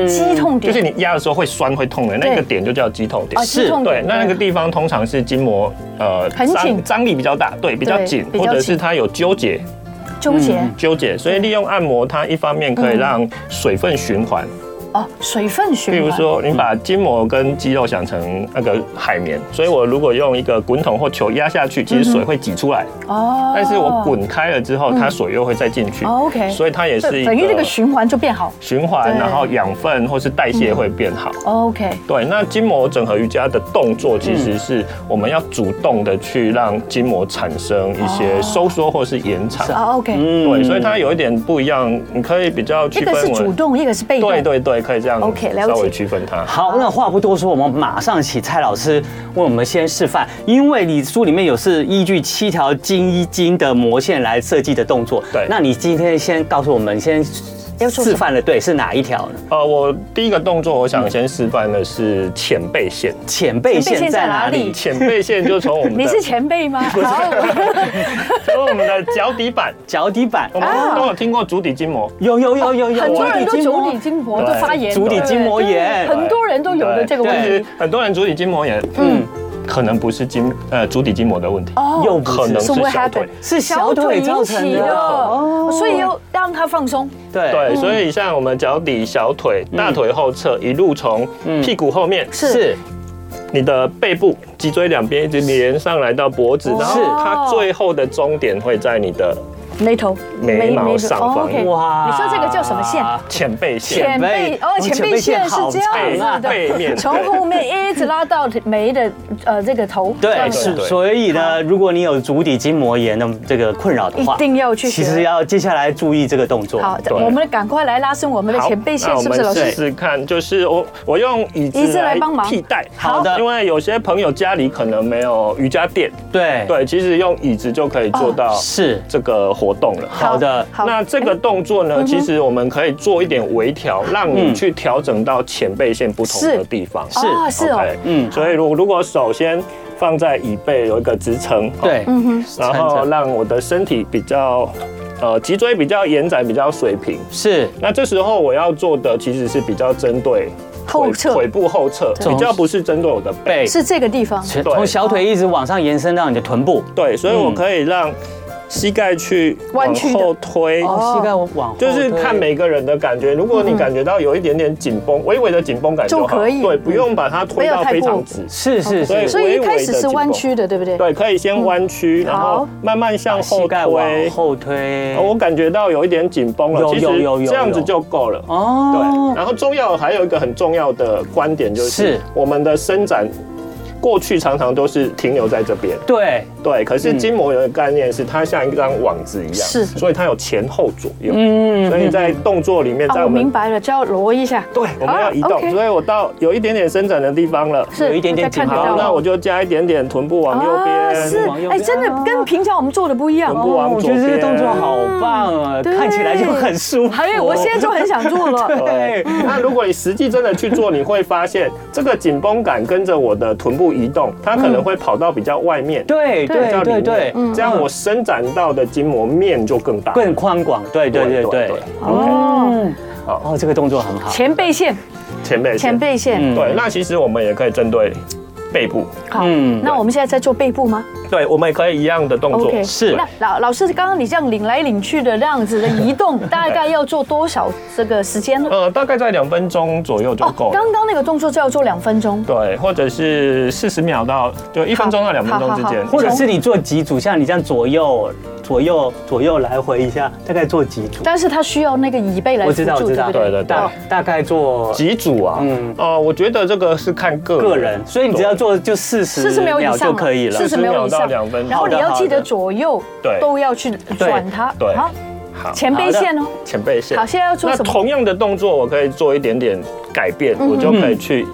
[SPEAKER 1] 肌痛
[SPEAKER 3] 嗯就
[SPEAKER 1] 点
[SPEAKER 3] 是你压的时候会酸会痛的那个点就叫肌痛点
[SPEAKER 1] 啊，。肌痛
[SPEAKER 3] 对
[SPEAKER 1] 点，，
[SPEAKER 3] 那那个地方通常是筋膜呃
[SPEAKER 1] 很紧
[SPEAKER 3] 张张力比较大，对，比较
[SPEAKER 1] 对
[SPEAKER 3] 紧，
[SPEAKER 1] 比较
[SPEAKER 3] 或者是
[SPEAKER 1] 紧
[SPEAKER 3] 它有纠结
[SPEAKER 1] 纠结
[SPEAKER 3] 纠结，所以利用按摩，它一方面可以
[SPEAKER 1] 嗯
[SPEAKER 3] 让水分循环，
[SPEAKER 1] 哦，水分循
[SPEAKER 3] 譬
[SPEAKER 1] 环。
[SPEAKER 3] 如说，你把筋膜跟肌肉想成那个海绵，
[SPEAKER 1] 嗯
[SPEAKER 3] 所以我如果用一个滚筒或球压下去，其实水会挤出来，
[SPEAKER 1] 哦，
[SPEAKER 3] 但是我滚开了之后，它水又会再进去。
[SPEAKER 1] 哦，OK
[SPEAKER 3] 所以它也
[SPEAKER 1] 对，
[SPEAKER 3] 是一
[SPEAKER 1] 等于那个
[SPEAKER 3] 个
[SPEAKER 1] 循环就变好。
[SPEAKER 3] 循环，
[SPEAKER 1] 对嗯
[SPEAKER 3] 然后养分或是代谢会变好。
[SPEAKER 1] 哦 OK，
[SPEAKER 3] 对，那筋膜整合瑜伽的动作其实是我们要主动的去让筋膜产生一些收缩或是延长。
[SPEAKER 1] 哦，OK，
[SPEAKER 2] 嗯
[SPEAKER 3] 对，所以它有一点不一样，你可以比较
[SPEAKER 1] 一
[SPEAKER 3] 区分
[SPEAKER 1] 个是
[SPEAKER 3] 为
[SPEAKER 1] 主动，一个是被动。
[SPEAKER 3] 对对对，可以这样
[SPEAKER 1] OK，了解
[SPEAKER 3] 稍微区分它。
[SPEAKER 2] 好，那话不多说，我们马上请蔡老师为我们先示范，因为你书里面有是依据七条筋一筋的魔线来设计的动作。
[SPEAKER 3] 对
[SPEAKER 2] 那你今天先告诉我们，先
[SPEAKER 1] 要做什么
[SPEAKER 2] 示范了，对，是哪一条呢？
[SPEAKER 3] 呃，我第一个动作，我想先示范的是前背线。
[SPEAKER 2] 浅背
[SPEAKER 1] 浅背
[SPEAKER 2] 线
[SPEAKER 1] 线在
[SPEAKER 2] 在
[SPEAKER 1] 哪
[SPEAKER 2] 哪
[SPEAKER 1] 里
[SPEAKER 2] 里？
[SPEAKER 3] 前背线就从我们 的
[SPEAKER 1] 你是前辈吗？好，
[SPEAKER 3] 从我们的脚底板，
[SPEAKER 2] 脚底板。
[SPEAKER 3] 我们都有听过足底筋膜。
[SPEAKER 2] 有有有有有，
[SPEAKER 1] 哦很多人都
[SPEAKER 2] 足
[SPEAKER 1] 足
[SPEAKER 2] 底
[SPEAKER 1] 底
[SPEAKER 2] 筋哦
[SPEAKER 1] 筋膜都
[SPEAKER 3] 对
[SPEAKER 1] 发炎，
[SPEAKER 2] 足底
[SPEAKER 1] 对不对
[SPEAKER 2] 筋膜炎
[SPEAKER 1] 对很多人都有的这个
[SPEAKER 3] 其
[SPEAKER 1] 问
[SPEAKER 3] 实
[SPEAKER 1] 题。
[SPEAKER 3] 很多人足底筋膜炎，
[SPEAKER 2] 嗯
[SPEAKER 3] 嗯，可能不是筋呃足底筋膜的问题，
[SPEAKER 1] 哦
[SPEAKER 3] 有可能是
[SPEAKER 1] So what
[SPEAKER 3] 小腿
[SPEAKER 1] happened？。
[SPEAKER 2] 是小腿造成
[SPEAKER 1] 引起
[SPEAKER 2] 的，
[SPEAKER 1] 的
[SPEAKER 2] 哦
[SPEAKER 1] 所以要让他放松。
[SPEAKER 2] 对
[SPEAKER 1] 嗯
[SPEAKER 3] 对，所以像我们脚底、小腿、大腿后侧，一路从屁股后面，
[SPEAKER 1] 是
[SPEAKER 2] 是
[SPEAKER 3] 你的背部、脊椎两边一直连上来到脖
[SPEAKER 1] 哦
[SPEAKER 3] 子，然后它最后的终点会在你的
[SPEAKER 1] 眉头、哦
[SPEAKER 3] 眉毛上方
[SPEAKER 1] OK
[SPEAKER 2] 哇
[SPEAKER 1] 你说这个叫什么线？
[SPEAKER 3] 前背线。
[SPEAKER 1] 前背
[SPEAKER 2] 背
[SPEAKER 1] 哦，
[SPEAKER 2] 哦
[SPEAKER 1] 前
[SPEAKER 2] 前
[SPEAKER 1] 背
[SPEAKER 2] 背
[SPEAKER 1] 线是
[SPEAKER 2] 线好
[SPEAKER 1] 这样
[SPEAKER 3] 长啊
[SPEAKER 1] 子的，
[SPEAKER 3] 背面
[SPEAKER 1] 从
[SPEAKER 3] 对
[SPEAKER 1] 后面一直拉到眉的呃这个头，这样
[SPEAKER 2] 对，
[SPEAKER 1] 子
[SPEAKER 2] 是
[SPEAKER 3] 对对
[SPEAKER 2] 所以呢，如果你有足底筋膜炎的这个困扰的
[SPEAKER 1] 一
[SPEAKER 2] 话，
[SPEAKER 1] 定要去
[SPEAKER 2] 其
[SPEAKER 1] 学。
[SPEAKER 2] 实要接下来注意这个动作。
[SPEAKER 1] 好，
[SPEAKER 3] 对
[SPEAKER 1] 我们赶快来拉伸我们的
[SPEAKER 3] 好
[SPEAKER 1] 前背线
[SPEAKER 3] 那，我
[SPEAKER 1] 是不是
[SPEAKER 3] 们
[SPEAKER 1] 老
[SPEAKER 3] 试
[SPEAKER 1] 师？
[SPEAKER 3] 试看，就是我我用椅
[SPEAKER 1] 椅子
[SPEAKER 3] 子
[SPEAKER 1] 来
[SPEAKER 3] 来
[SPEAKER 1] 帮忙
[SPEAKER 3] 替代。
[SPEAKER 2] 好的
[SPEAKER 3] 因为有些朋友家里可能没有瑜伽垫，
[SPEAKER 2] 对
[SPEAKER 3] 对，其实用椅子就可以做到
[SPEAKER 2] 是
[SPEAKER 3] 这个活动了。
[SPEAKER 2] 好的
[SPEAKER 1] 好，
[SPEAKER 3] 那这个动作呢，其实我们可以做一点微调，让你去调整到前背线不同
[SPEAKER 1] 是
[SPEAKER 3] 的地方。
[SPEAKER 2] 是
[SPEAKER 1] 啊，是哦，
[SPEAKER 3] OK，
[SPEAKER 2] 嗯
[SPEAKER 3] 所以如如果首先放在椅背有一个支撑，
[SPEAKER 2] 对，
[SPEAKER 3] 哦，
[SPEAKER 2] 嗯
[SPEAKER 3] 然后让我的身体比较，呃，脊椎比较延展，比较水平。
[SPEAKER 2] 是
[SPEAKER 3] 那这时候我要做的其实是比较针对
[SPEAKER 1] 后哦
[SPEAKER 3] 腿
[SPEAKER 1] 侧
[SPEAKER 3] 腿部后侧，
[SPEAKER 2] 对
[SPEAKER 3] 比较不是针对我的背。
[SPEAKER 2] 背，
[SPEAKER 1] 是这个地方。
[SPEAKER 2] 是从小腿一直往上延伸到你的臀部，
[SPEAKER 3] 对，所以我
[SPEAKER 2] 嗯
[SPEAKER 3] 可以让膝盖去
[SPEAKER 1] 弯
[SPEAKER 3] 往
[SPEAKER 1] 曲的
[SPEAKER 3] 后推，
[SPEAKER 2] 哦，膝盖往后推，
[SPEAKER 3] 就是看每个人的感觉。如果你感觉到有一点点紧绷，微微的紧绷感就
[SPEAKER 1] 哦就
[SPEAKER 3] 好，
[SPEAKER 1] 可以
[SPEAKER 3] 对，不用把它推到非常直。
[SPEAKER 2] 是是
[SPEAKER 3] 对
[SPEAKER 2] 是，
[SPEAKER 1] 所以一开始是弯曲的，对不对？
[SPEAKER 3] 对，可以先弯曲，然
[SPEAKER 1] 好
[SPEAKER 3] 后慢慢向后
[SPEAKER 2] 膝盖往
[SPEAKER 3] 推。
[SPEAKER 2] 后推
[SPEAKER 3] 哦，我感觉到有一点紧绷了，
[SPEAKER 2] 有
[SPEAKER 3] 其
[SPEAKER 2] 有
[SPEAKER 3] 实
[SPEAKER 2] 有有
[SPEAKER 3] 这样子
[SPEAKER 2] 有
[SPEAKER 3] 就够了。对，
[SPEAKER 2] 哦，
[SPEAKER 3] 然后重要还有一个很重要的观点就是是，我们的伸展过去常常都是停留在这边，
[SPEAKER 2] 对，
[SPEAKER 3] 对。可是筋膜有一个概念是它像一张网子一样，
[SPEAKER 1] 嗯是
[SPEAKER 3] 所以它有前后左右，
[SPEAKER 2] 嗯
[SPEAKER 3] 所以在动作里面，在
[SPEAKER 1] 啊，我
[SPEAKER 3] 我
[SPEAKER 1] 明
[SPEAKER 3] 们
[SPEAKER 1] 白了，就要挪一下。
[SPEAKER 3] 对我们要移
[SPEAKER 1] 啊
[SPEAKER 3] 动
[SPEAKER 1] ，OK，
[SPEAKER 3] 所以我到有一点点伸展的地方了，
[SPEAKER 1] 是
[SPEAKER 2] 有一点
[SPEAKER 1] 大
[SPEAKER 2] 点
[SPEAKER 1] 家看
[SPEAKER 2] 紧
[SPEAKER 1] 得
[SPEAKER 2] 绷
[SPEAKER 1] 到
[SPEAKER 3] 好，那
[SPEAKER 1] 了
[SPEAKER 3] 我就加一点点臀部往右
[SPEAKER 1] 啊，
[SPEAKER 3] 边，
[SPEAKER 1] 是
[SPEAKER 2] 往右，
[SPEAKER 1] 哎，
[SPEAKER 2] 边啊
[SPEAKER 1] 真的跟平常我们做的不一样。哦
[SPEAKER 3] 臀部往
[SPEAKER 2] 我
[SPEAKER 3] 左
[SPEAKER 2] 觉得这个
[SPEAKER 3] 边
[SPEAKER 2] 动作好棒啊，
[SPEAKER 1] 对
[SPEAKER 2] 看起来就很舒服。嗯
[SPEAKER 1] 还有，我现在就很想做了。
[SPEAKER 3] 对，那如果你实际真的去做，你会发现这个紧绷感跟着我的臀部移动，它可能会跑到比较外面，
[SPEAKER 2] 对
[SPEAKER 3] 比
[SPEAKER 2] 对
[SPEAKER 3] 较里
[SPEAKER 2] 对
[SPEAKER 3] 面
[SPEAKER 2] 对，
[SPEAKER 1] 嗯
[SPEAKER 3] 这样我伸展到的筋膜面就更大。
[SPEAKER 2] 更宽广，对对对对。
[SPEAKER 3] ，OK，
[SPEAKER 2] 嗯，
[SPEAKER 3] 好
[SPEAKER 2] 哦，这个动作很好。
[SPEAKER 1] 前背线，
[SPEAKER 3] 前背
[SPEAKER 1] 前
[SPEAKER 3] 线，
[SPEAKER 1] 背线。
[SPEAKER 2] 嗯
[SPEAKER 3] 对，那其实我们也可以针对背部，
[SPEAKER 1] 好，
[SPEAKER 2] 嗯
[SPEAKER 1] 那我们现在在做背部吗
[SPEAKER 3] 对，我们也可以一样的动作
[SPEAKER 1] ？OK，。
[SPEAKER 2] 是
[SPEAKER 1] 那老老师，刚刚你这样领来领去的这样子的移 动，大概要做多少这个时间呢？哦
[SPEAKER 3] 呃，大概在两分钟左右就够了。
[SPEAKER 1] 刚刚那个动作就要做两分钟。
[SPEAKER 3] 对，或者是四十秒到就一分钟到两分钟之间，
[SPEAKER 1] 好
[SPEAKER 2] 或者是你做几组，像你这样左右、左右、左右来回一下，大概做几组？
[SPEAKER 1] 但是它需要那个椅背来
[SPEAKER 2] 我
[SPEAKER 1] 辅
[SPEAKER 2] 知道，我
[SPEAKER 1] 助，
[SPEAKER 2] 知
[SPEAKER 1] 对
[SPEAKER 2] 道，
[SPEAKER 1] 不
[SPEAKER 3] 对
[SPEAKER 1] 对？哦
[SPEAKER 3] 对对
[SPEAKER 2] 大大概做
[SPEAKER 3] 几组啊？
[SPEAKER 2] 嗯
[SPEAKER 3] 嗯，哦，我觉得这个是看个
[SPEAKER 2] 个人，所以你只要做就四十
[SPEAKER 1] 四十秒以
[SPEAKER 2] 秒
[SPEAKER 1] 上啊
[SPEAKER 2] 就可以了
[SPEAKER 1] 四。十秒以
[SPEAKER 3] 40秒到
[SPEAKER 1] 上
[SPEAKER 3] 两分，钟
[SPEAKER 1] 然后你要记
[SPEAKER 2] 好的好
[SPEAKER 1] 得
[SPEAKER 2] 的
[SPEAKER 1] 左右
[SPEAKER 3] 对
[SPEAKER 1] 都要去转它，
[SPEAKER 3] 对
[SPEAKER 1] 好，
[SPEAKER 3] 好
[SPEAKER 1] 前背线哦。
[SPEAKER 3] 前背线。
[SPEAKER 1] 好，现在要做
[SPEAKER 3] 那
[SPEAKER 1] 什么？嗯
[SPEAKER 3] 同样的动作，我可以做一点点改变，我就可以去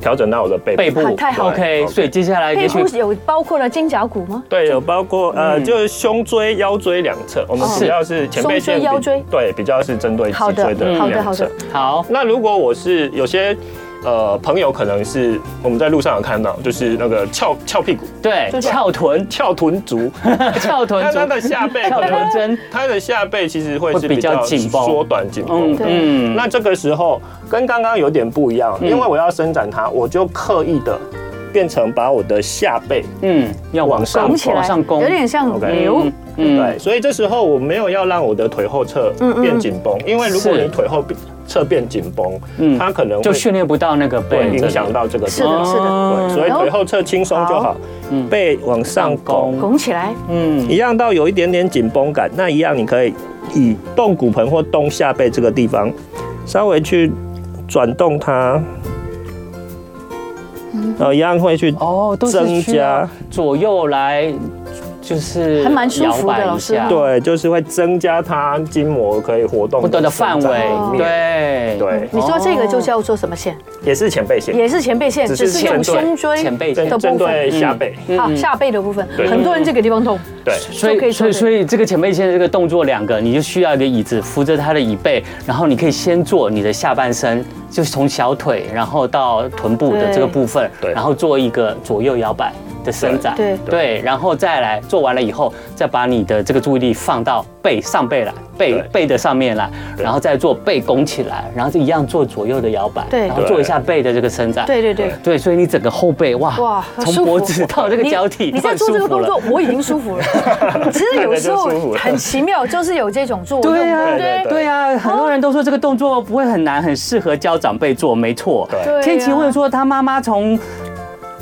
[SPEAKER 3] 调整到我的背
[SPEAKER 2] 背部
[SPEAKER 1] 好太好了
[SPEAKER 2] OK，所以接下来
[SPEAKER 1] 背
[SPEAKER 2] 也许
[SPEAKER 1] 部有包括了肩胛骨吗？
[SPEAKER 3] 对，有包括呃，
[SPEAKER 2] 嗯
[SPEAKER 3] 就是胸椎、腰椎两侧，我们
[SPEAKER 2] 哦
[SPEAKER 3] 主要是前背
[SPEAKER 1] 胸椎
[SPEAKER 3] 线比，
[SPEAKER 1] 腰椎
[SPEAKER 3] 对，比较是针对脊
[SPEAKER 1] 好的
[SPEAKER 3] 椎的
[SPEAKER 1] 好的
[SPEAKER 2] 嗯
[SPEAKER 3] 两
[SPEAKER 1] 好
[SPEAKER 3] 侧
[SPEAKER 1] 的。
[SPEAKER 2] 好
[SPEAKER 3] 那如果我是有些呃朋友，可能是我们在路上有看到，就是那个翘翘屁股、、
[SPEAKER 2] 对
[SPEAKER 1] 就这样
[SPEAKER 2] 翘臀
[SPEAKER 3] 翘臀族，
[SPEAKER 2] 翘臀
[SPEAKER 3] 他他
[SPEAKER 2] 族、
[SPEAKER 3] 的下背
[SPEAKER 2] 翘
[SPEAKER 3] 可
[SPEAKER 2] 臀
[SPEAKER 3] 能
[SPEAKER 2] 针，
[SPEAKER 3] 他的下背其实会
[SPEAKER 2] 会
[SPEAKER 3] 是
[SPEAKER 2] 比
[SPEAKER 3] 比
[SPEAKER 2] 较
[SPEAKER 3] 较
[SPEAKER 2] 紧绷
[SPEAKER 3] 缩短紧绷
[SPEAKER 2] 嗯
[SPEAKER 3] 的。
[SPEAKER 2] 嗯，
[SPEAKER 3] 那这个时候跟刚刚有点不一样，因为我要伸展它，我就刻意的变成把我的下背，
[SPEAKER 2] 嗯要往上
[SPEAKER 1] 拱起来
[SPEAKER 2] 往上，
[SPEAKER 1] 有
[SPEAKER 2] 拱，
[SPEAKER 1] 点像
[SPEAKER 3] OK
[SPEAKER 1] 牛。
[SPEAKER 2] 嗯
[SPEAKER 3] 对，所以这时候我没有要让我的腿后侧变紧绷，因为如果
[SPEAKER 2] 是
[SPEAKER 3] 你腿后侧变紧绷，
[SPEAKER 2] 嗯
[SPEAKER 3] 它可能
[SPEAKER 2] 就
[SPEAKER 3] 会
[SPEAKER 2] 训练不到那个背
[SPEAKER 3] 会影响。到这个地
[SPEAKER 1] 是的，
[SPEAKER 3] 方，
[SPEAKER 1] 是的，
[SPEAKER 2] 哦嗯
[SPEAKER 3] 对，所以腿后侧轻松就好，背往上
[SPEAKER 2] 上
[SPEAKER 3] 拱，
[SPEAKER 1] 拱起来，
[SPEAKER 2] 嗯，
[SPEAKER 3] 一样到有一点点紧绷感，那一样你可以以动骨盆或动下背这个地方稍微去转动它，呃，一样会去
[SPEAKER 2] 嗯哦，都是
[SPEAKER 3] 增
[SPEAKER 2] 需要
[SPEAKER 3] 加
[SPEAKER 2] 左右来，就是
[SPEAKER 1] 还蛮舒服的
[SPEAKER 2] 摇摆一
[SPEAKER 1] 老师
[SPEAKER 2] 下
[SPEAKER 3] 对，就是会增加它筋膜可以活动
[SPEAKER 2] 不同的范
[SPEAKER 3] 伸展
[SPEAKER 2] 围，
[SPEAKER 3] 面
[SPEAKER 2] 对
[SPEAKER 3] 对，
[SPEAKER 1] 你说这个就叫做什么线？
[SPEAKER 3] 也是前背线，
[SPEAKER 1] 也是前背线，
[SPEAKER 3] 只
[SPEAKER 1] 只
[SPEAKER 3] 是
[SPEAKER 1] 是用
[SPEAKER 3] 前背
[SPEAKER 1] 胸椎
[SPEAKER 2] 前背线
[SPEAKER 1] 的
[SPEAKER 3] 针
[SPEAKER 1] 部
[SPEAKER 3] 针对
[SPEAKER 1] 分，嗯
[SPEAKER 3] 下背，
[SPEAKER 1] 好，下背的部分，
[SPEAKER 3] 对
[SPEAKER 1] 很多人这个地方痛。
[SPEAKER 3] 对，
[SPEAKER 2] 所
[SPEAKER 1] 就可以
[SPEAKER 2] 以，
[SPEAKER 1] 做这个
[SPEAKER 2] 所以，所以这个前背线这个动作两个，你就需要一个椅子扶着他的椅背，然后你可以先做你的下半身，就是从小腿，然后到臀部的
[SPEAKER 1] 对
[SPEAKER 2] 这个部分，
[SPEAKER 3] 对
[SPEAKER 2] 然后做一个左右摇摆的伸展，
[SPEAKER 1] 对对
[SPEAKER 2] 对，然后再来做完了以后，再把你的这个注意力放到背上背来，背
[SPEAKER 3] 对
[SPEAKER 2] 背的上面啦，
[SPEAKER 3] 对
[SPEAKER 2] 然后再做背弓起来，然后就一样做左右的摇摆，
[SPEAKER 1] 对
[SPEAKER 2] 然后做一下背的这个伸展，
[SPEAKER 1] 对对对，
[SPEAKER 2] 对，所以你整个后背哇，
[SPEAKER 1] 哇
[SPEAKER 2] 从
[SPEAKER 1] 舒服
[SPEAKER 2] 脖子到这个脚底，
[SPEAKER 1] 你你在做这个动作，我已经舒服 了。其实有时候
[SPEAKER 3] 看着就舒服了
[SPEAKER 1] 很奇妙，就是有这种作用，
[SPEAKER 2] 对啊
[SPEAKER 1] 对不
[SPEAKER 3] 对
[SPEAKER 1] 对？
[SPEAKER 2] 对啊，很多人都说这个动作不会很难，很适合教长辈做，没错。
[SPEAKER 3] 对
[SPEAKER 1] 对啊
[SPEAKER 2] 天琪问说他妈妈从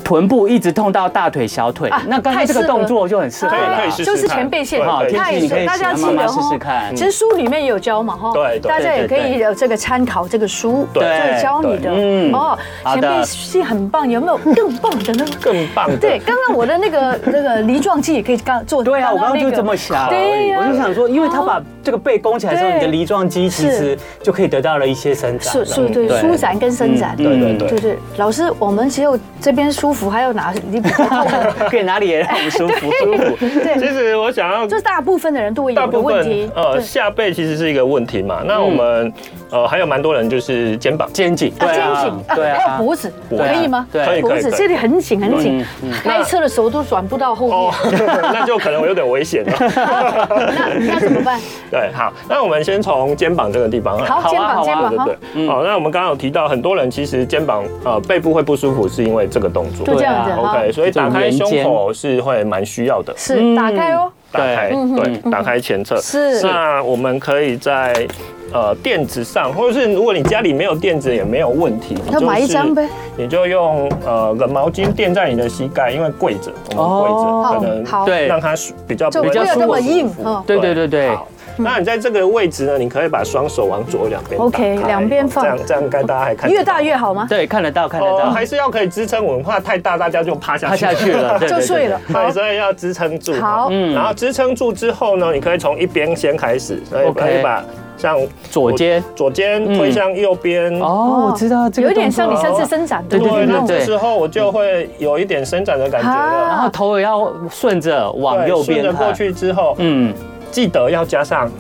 [SPEAKER 2] 臀部一直痛到大腿、小腿
[SPEAKER 1] 啊，
[SPEAKER 2] 那刚刚这
[SPEAKER 1] 太适
[SPEAKER 2] 个
[SPEAKER 1] 合
[SPEAKER 2] 动作就很适合
[SPEAKER 3] 可以
[SPEAKER 2] 啦
[SPEAKER 3] 可以试试
[SPEAKER 1] 就是
[SPEAKER 3] 看
[SPEAKER 1] 前辈线
[SPEAKER 3] 对
[SPEAKER 2] 好，
[SPEAKER 3] 可以
[SPEAKER 2] 天
[SPEAKER 3] 太
[SPEAKER 2] 琪
[SPEAKER 3] 适
[SPEAKER 2] 你可以
[SPEAKER 1] 大家
[SPEAKER 2] 请
[SPEAKER 1] 记
[SPEAKER 2] 妈
[SPEAKER 1] 得
[SPEAKER 2] 妈试
[SPEAKER 1] 哦
[SPEAKER 2] 试看。
[SPEAKER 1] 其实书里面也有教嘛哈，
[SPEAKER 3] 对对
[SPEAKER 1] 大家也可
[SPEAKER 2] 对
[SPEAKER 1] 以有这个参考这个书，
[SPEAKER 3] 对
[SPEAKER 1] 会教你的
[SPEAKER 2] 对嗯
[SPEAKER 1] 哦。
[SPEAKER 2] 好
[SPEAKER 1] 前
[SPEAKER 2] 的
[SPEAKER 1] 辈戏很棒，有没有更棒 的呢？
[SPEAKER 3] 更棒的。
[SPEAKER 1] 对，刚刚我的那个那个梨状肌也可以刚做。
[SPEAKER 2] 对啊，我刚刚就
[SPEAKER 1] 那个
[SPEAKER 2] 这么想，哎
[SPEAKER 1] 对呀
[SPEAKER 2] 我就想说，因为他把这个背弓起来之后，
[SPEAKER 1] 对
[SPEAKER 2] 你的梨状肌其实就可以得到了一些伸展
[SPEAKER 1] 是
[SPEAKER 2] 了。
[SPEAKER 1] 是，对，
[SPEAKER 2] 嗯对
[SPEAKER 1] 舒展跟伸展。
[SPEAKER 2] 嗯
[SPEAKER 3] 对对对
[SPEAKER 1] 对对，老师，我们只有这边舒服，还有哪里比较痛呢？
[SPEAKER 2] 可以哪里也让我们舒服舒服。
[SPEAKER 3] 其
[SPEAKER 1] 对，
[SPEAKER 3] 实我想要
[SPEAKER 1] 就是大部分的人都会
[SPEAKER 3] 大
[SPEAKER 1] 有的
[SPEAKER 3] 部
[SPEAKER 1] 问
[SPEAKER 3] 分
[SPEAKER 1] 题。
[SPEAKER 3] 呃
[SPEAKER 1] 对
[SPEAKER 3] 下背其实是一个问题嘛，那我们呃还有蛮多人就是肩膀，
[SPEAKER 2] 肩颈，
[SPEAKER 1] 啊，
[SPEAKER 2] 对
[SPEAKER 1] 肩
[SPEAKER 2] 啊
[SPEAKER 1] 颈，，啊
[SPEAKER 2] 对
[SPEAKER 1] 还有
[SPEAKER 2] 啊，
[SPEAKER 1] 脖子，
[SPEAKER 3] 对
[SPEAKER 1] 可
[SPEAKER 3] 啊
[SPEAKER 1] 以吗？
[SPEAKER 2] 对可以
[SPEAKER 1] 脖
[SPEAKER 3] 可以
[SPEAKER 1] 子
[SPEAKER 3] 可以
[SPEAKER 1] 这里很紧很紧
[SPEAKER 2] 嗯嗯，
[SPEAKER 1] 开车的时候都转不到后
[SPEAKER 3] 哦
[SPEAKER 1] 面，，
[SPEAKER 3] 那就可能我有点危险了。
[SPEAKER 1] 那那怎么办？
[SPEAKER 3] 对，好，那我们先从肩膀这个地方来
[SPEAKER 1] 好，
[SPEAKER 2] 好啊
[SPEAKER 1] 肩膀
[SPEAKER 2] 好啊
[SPEAKER 1] 肩膀
[SPEAKER 3] 对
[SPEAKER 1] 哈
[SPEAKER 3] 对，对，好，那我们刚刚有提到，很多人其实肩膀呃背部会不舒服，是因为这个动作。
[SPEAKER 1] 就这样子
[SPEAKER 2] 对啊
[SPEAKER 1] 哈，
[SPEAKER 3] OK，所以打开胸口是会蛮需要的。
[SPEAKER 1] 是打开哦，
[SPEAKER 3] 打开，
[SPEAKER 2] 嗯
[SPEAKER 3] 对，打开前侧。
[SPEAKER 1] 是
[SPEAKER 3] 那我们可以在呃垫子上，或者是如果你家里没有垫子也没有问题，你
[SPEAKER 1] 那
[SPEAKER 3] 就
[SPEAKER 1] 买一张呗。
[SPEAKER 3] 你就用呃冷毛巾垫在你的膝盖，因为跪着，我
[SPEAKER 2] 哦
[SPEAKER 3] 们跪着可能
[SPEAKER 1] 好
[SPEAKER 2] 对
[SPEAKER 3] 让它舒比较
[SPEAKER 1] 就
[SPEAKER 3] 不会
[SPEAKER 1] 不
[SPEAKER 2] 要那么
[SPEAKER 3] 舒服
[SPEAKER 1] 硬嗯
[SPEAKER 2] 对对对对
[SPEAKER 3] 好那你在这个位置呢，你可以把双手往左右两边打
[SPEAKER 1] OK，
[SPEAKER 3] 开
[SPEAKER 1] 两边
[SPEAKER 3] 哦
[SPEAKER 1] 放
[SPEAKER 3] 这样这样应该大家还看得
[SPEAKER 1] 越大
[SPEAKER 3] 到
[SPEAKER 1] 越好吗？
[SPEAKER 2] 对，看得到看得
[SPEAKER 3] 哦，
[SPEAKER 2] 到，
[SPEAKER 3] 还是要可以支撑我们，怕太大大家就趴下
[SPEAKER 2] 趴
[SPEAKER 3] 去
[SPEAKER 2] 下去了，对
[SPEAKER 1] 就睡了。。
[SPEAKER 3] 对，所以要支撑住。
[SPEAKER 1] 好
[SPEAKER 3] 嗯，然后支撑住之后呢，你可以从一边先开始，所以
[SPEAKER 2] OK
[SPEAKER 3] 可以把像
[SPEAKER 2] 左肩
[SPEAKER 3] 左肩推向右边。
[SPEAKER 2] 对对对哦，我知道这个
[SPEAKER 1] 有点
[SPEAKER 2] 动作
[SPEAKER 1] 像你上次伸展，
[SPEAKER 2] 对
[SPEAKER 1] 不
[SPEAKER 2] 对对
[SPEAKER 1] 那
[SPEAKER 3] 那
[SPEAKER 1] 种
[SPEAKER 3] 这时候我就会有一点伸展的感觉
[SPEAKER 1] 啊
[SPEAKER 3] 了。
[SPEAKER 2] 然后头也要顺着往
[SPEAKER 3] 对
[SPEAKER 2] 右
[SPEAKER 3] 顺着
[SPEAKER 2] 边
[SPEAKER 3] 过
[SPEAKER 2] 看，
[SPEAKER 3] 去之后，
[SPEAKER 2] 嗯，
[SPEAKER 3] 记得要加上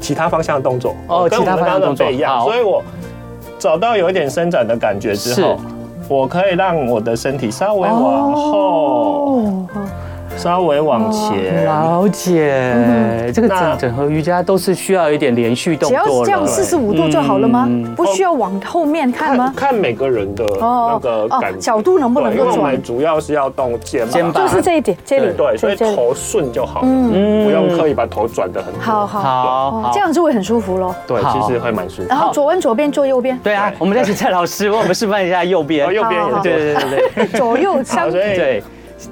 [SPEAKER 3] 其他方向的动作
[SPEAKER 2] 哦其
[SPEAKER 3] 跟我
[SPEAKER 2] 他
[SPEAKER 3] 们
[SPEAKER 2] 方向
[SPEAKER 3] 刚刚
[SPEAKER 2] 的动
[SPEAKER 3] 的
[SPEAKER 2] 作
[SPEAKER 3] 背一样。
[SPEAKER 2] 好
[SPEAKER 3] 所以我找到有一点伸展的感觉之后，我可以让我的身体稍微往后，
[SPEAKER 2] 哦，嗯
[SPEAKER 3] 稍微往前。
[SPEAKER 2] 了解，这个
[SPEAKER 3] 那
[SPEAKER 2] 整整合瑜伽都是需要一点连续动
[SPEAKER 1] 只要
[SPEAKER 2] 作
[SPEAKER 1] 这样
[SPEAKER 2] 了。
[SPEAKER 1] 四十五度就好了吗
[SPEAKER 2] 嗯？
[SPEAKER 1] 不需要往后面看吗？哦
[SPEAKER 3] 看每个人的
[SPEAKER 2] 哦
[SPEAKER 3] 那个感觉，
[SPEAKER 1] 角度能不能
[SPEAKER 3] 对因
[SPEAKER 1] 够
[SPEAKER 3] 为我
[SPEAKER 1] 转
[SPEAKER 3] 们？主要是要动肩
[SPEAKER 2] 肩
[SPEAKER 3] 膀，
[SPEAKER 2] 膀
[SPEAKER 1] 就是这一点，这里，
[SPEAKER 3] 对，所以
[SPEAKER 1] 这里。
[SPEAKER 3] 头顺就好了，
[SPEAKER 2] 嗯
[SPEAKER 3] 不用刻意把头转的很多
[SPEAKER 1] 好，好，
[SPEAKER 2] 好
[SPEAKER 1] 哦
[SPEAKER 2] 好
[SPEAKER 1] 这，样就会很舒服咯。
[SPEAKER 3] 对，
[SPEAKER 2] 好
[SPEAKER 3] 其实会蛮舒服
[SPEAKER 1] 然。后左边左边做右边，
[SPEAKER 2] 对啊，我们再请蔡老师为我们示范一下右边
[SPEAKER 3] 然后。右边也
[SPEAKER 1] 好好
[SPEAKER 3] 是
[SPEAKER 2] 对对对对对
[SPEAKER 1] 左右
[SPEAKER 3] 好，
[SPEAKER 1] 相
[SPEAKER 3] 所以
[SPEAKER 2] 对，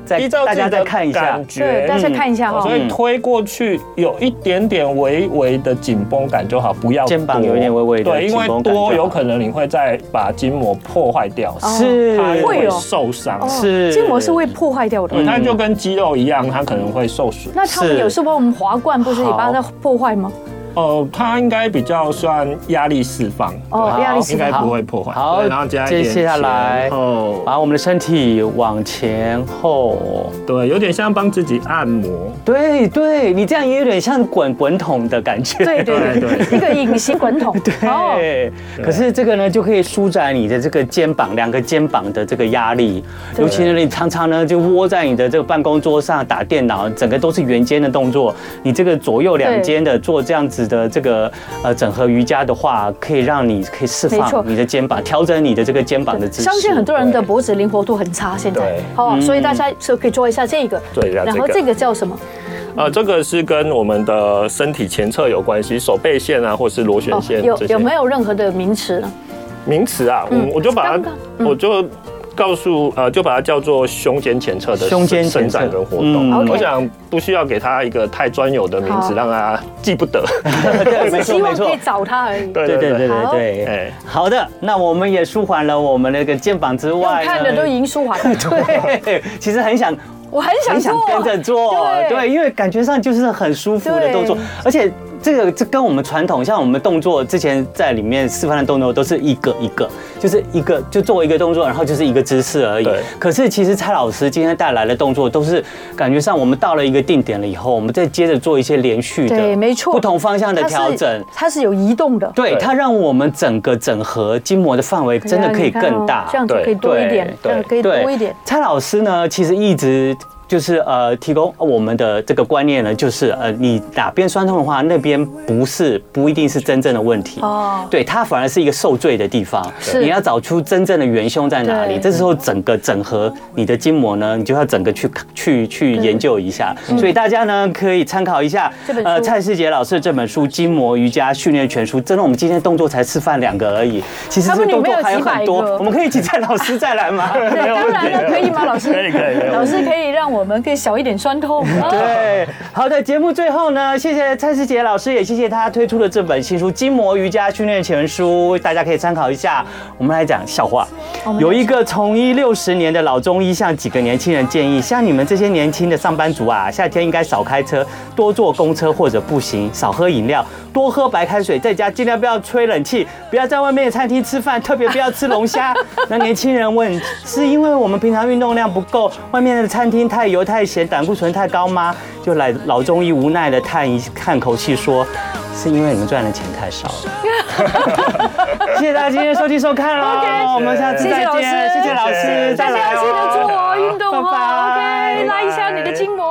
[SPEAKER 2] 再
[SPEAKER 3] 依照
[SPEAKER 2] 大
[SPEAKER 3] 自己
[SPEAKER 2] 家
[SPEAKER 3] 的
[SPEAKER 2] 再看一下嗯
[SPEAKER 3] 感，
[SPEAKER 1] 对，
[SPEAKER 3] 觉，嗯
[SPEAKER 1] 大家看一下哈
[SPEAKER 3] 所。以推过去有一点点微微的紧绷感就好，不要
[SPEAKER 2] 肩膀
[SPEAKER 3] 多
[SPEAKER 2] 有一点微微的
[SPEAKER 3] 对，因
[SPEAKER 2] 紧
[SPEAKER 3] 为
[SPEAKER 2] 绷感就好
[SPEAKER 3] 多有可能你会再把筋膜破坏掉，
[SPEAKER 2] 是
[SPEAKER 3] 它也
[SPEAKER 1] 会
[SPEAKER 3] 会
[SPEAKER 1] 哦
[SPEAKER 3] 受伤，
[SPEAKER 1] 哦
[SPEAKER 2] 是
[SPEAKER 1] 筋膜是会破坏掉的。
[SPEAKER 3] 它就跟肌肉一样，它可能会受损。
[SPEAKER 1] 那他们
[SPEAKER 2] 是
[SPEAKER 1] 有时候帮我们滑罐，不是也帮它破坏吗？
[SPEAKER 3] 呃，它应该比较算压力释放，
[SPEAKER 1] 哦，压力
[SPEAKER 3] 应
[SPEAKER 1] 释
[SPEAKER 3] 该
[SPEAKER 1] 放
[SPEAKER 3] 不。会破坏。
[SPEAKER 2] 好
[SPEAKER 3] 对然后加一点
[SPEAKER 2] 接下来
[SPEAKER 3] 哦，
[SPEAKER 2] 把我们的身体往前后。
[SPEAKER 3] 对，有点像帮自己按摩。
[SPEAKER 2] 对对，你这样也有点像滚滚筒的感觉。
[SPEAKER 1] 对对对，一个隐形滚筒。哦，
[SPEAKER 2] 对，可是这个呢，就可以舒展你的这个肩膀，两个肩膀的这个压力。尤其呢，你常常呢就窝在你的这个办公桌上打电脑，整个都是圆肩的动作。你这个左右两肩的做这样子的这个呃整合瑜伽的话，可以让你可以释
[SPEAKER 1] 没错
[SPEAKER 2] 放你的肩膀，调整你的这个肩膀的姿势。
[SPEAKER 1] 相信很多人的脖子灵活度很差，现在
[SPEAKER 3] 对
[SPEAKER 1] 哦，所以大家就可以做一下这个，
[SPEAKER 3] 对一下这个
[SPEAKER 1] 然后这个叫什么？
[SPEAKER 3] 呃，这个是跟我们的身体前侧有关系，手背线啊，或是螺旋线
[SPEAKER 1] 哦有
[SPEAKER 3] 这些
[SPEAKER 1] 有没有任何的名词呢？
[SPEAKER 3] 名词啊？
[SPEAKER 1] 嗯
[SPEAKER 3] 我我就把
[SPEAKER 1] 刚
[SPEAKER 3] 它
[SPEAKER 1] 刚，嗯
[SPEAKER 3] 我就。告诉呃，就把它叫做胸肩前侧的
[SPEAKER 2] 胸肩前
[SPEAKER 3] 伸
[SPEAKER 2] 侧
[SPEAKER 3] 展跟活
[SPEAKER 2] 嗯
[SPEAKER 3] 动。
[SPEAKER 1] OK
[SPEAKER 3] 我想不需要给它一个太专有的名
[SPEAKER 1] 好
[SPEAKER 3] 词，让它记不得。
[SPEAKER 2] 对，没错
[SPEAKER 1] 希
[SPEAKER 2] 没
[SPEAKER 1] 望可以
[SPEAKER 2] 错。
[SPEAKER 1] 找他而已。
[SPEAKER 3] 对
[SPEAKER 2] 对对对对
[SPEAKER 1] 好
[SPEAKER 2] 对，
[SPEAKER 3] 哎
[SPEAKER 2] 好的，那我们也舒缓了我们那个肩膀之
[SPEAKER 1] 用
[SPEAKER 2] 外呢，
[SPEAKER 1] 看的都已经舒缓了，
[SPEAKER 2] 对，其实很想
[SPEAKER 1] 我很想
[SPEAKER 2] 很想
[SPEAKER 1] 做，
[SPEAKER 2] 跟着做，
[SPEAKER 1] 对
[SPEAKER 2] 对，因为感觉上就是很舒服的动作
[SPEAKER 1] 对，
[SPEAKER 2] 而且这个这跟我们传统，像我们动作之前在里面示范的动作都是一个一个，就是一个就做一个动作，然后就是一个姿势而已
[SPEAKER 3] 对。
[SPEAKER 2] 可是其实蔡老师今天带来的动作都是感觉上我们到了一个定点了以后，我们再接着做一些连续的，
[SPEAKER 1] 对没错
[SPEAKER 2] 不同方向的
[SPEAKER 1] 它是
[SPEAKER 2] 调整。
[SPEAKER 1] 它是有移动的，
[SPEAKER 2] 对，
[SPEAKER 3] 对
[SPEAKER 2] 它让我们整个整合筋膜的范围真的可以
[SPEAKER 1] 你看哦
[SPEAKER 2] 更大，
[SPEAKER 1] 这样子可以多一点，这
[SPEAKER 3] 对
[SPEAKER 1] 样可以
[SPEAKER 2] 对，
[SPEAKER 1] 多一点。
[SPEAKER 2] 蔡老师呢，其实一直就是呃提供我们的这个观念呢，就是呃你哪边酸痛的话，那边不是不一定是真正的问题
[SPEAKER 1] 哦
[SPEAKER 2] 哦，对，它反而是一个受罪的地方。
[SPEAKER 1] 是
[SPEAKER 2] 你要找出真正的元凶在哪里，
[SPEAKER 1] 对
[SPEAKER 2] 这时候整个整合你的筋膜呢，你就要整个去去去研究一下。所以大家呢可以参考一
[SPEAKER 1] 嗯
[SPEAKER 2] 下呃
[SPEAKER 1] 这本书
[SPEAKER 2] 蔡世杰老师这本书《筋膜瑜伽训练全书》，真的我们今天动作才示范两个而已，其实
[SPEAKER 1] 他
[SPEAKER 2] 这
[SPEAKER 1] 们
[SPEAKER 2] 个
[SPEAKER 1] 里
[SPEAKER 2] 动
[SPEAKER 1] 面
[SPEAKER 2] 作
[SPEAKER 1] 有
[SPEAKER 2] 还有
[SPEAKER 1] 几百
[SPEAKER 2] 很多
[SPEAKER 1] 个，
[SPEAKER 2] 我们可以请蔡老师再来吗？
[SPEAKER 1] 对，当然了，可以吗，老师？
[SPEAKER 3] 可以可以可以
[SPEAKER 1] 老师可以让我们可以少一点酸痛。
[SPEAKER 2] 对，好的，节目最后呢，谢谢蔡世杰老师，也谢谢他推出的这本新书《筋膜瑜伽训练全书》，大家可以参考一下。我们来讲笑话
[SPEAKER 1] 我们，来
[SPEAKER 2] 有一个从医六十年的老中医向几个年轻人建议，像你们这些年轻的上班族啊，夏天应该少开车，多坐公车或者步行，少喝饮料，多喝白开水，在家尽量不要吹冷气，不要在外面的餐厅吃饭，特别不要吃龙虾。 那年轻人问，是因为我们平常运动量不够，外面的餐厅太油太咸，胆固醇太高吗？就来老中医无奈的叹一叹口气说，是因为你们赚的钱太少了。谢谢大家今天收听收看喽，我们下次
[SPEAKER 1] 谢谢
[SPEAKER 2] 再
[SPEAKER 1] 老师
[SPEAKER 2] 见，谢谢老
[SPEAKER 3] 谢
[SPEAKER 2] 师，
[SPEAKER 3] 谢
[SPEAKER 2] 再
[SPEAKER 1] 大
[SPEAKER 2] 来
[SPEAKER 1] 家记得
[SPEAKER 2] 哦。
[SPEAKER 1] 做运动哦
[SPEAKER 2] 拜拜
[SPEAKER 1] ，OK，拉一下你的筋膜，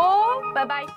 [SPEAKER 1] 拜拜。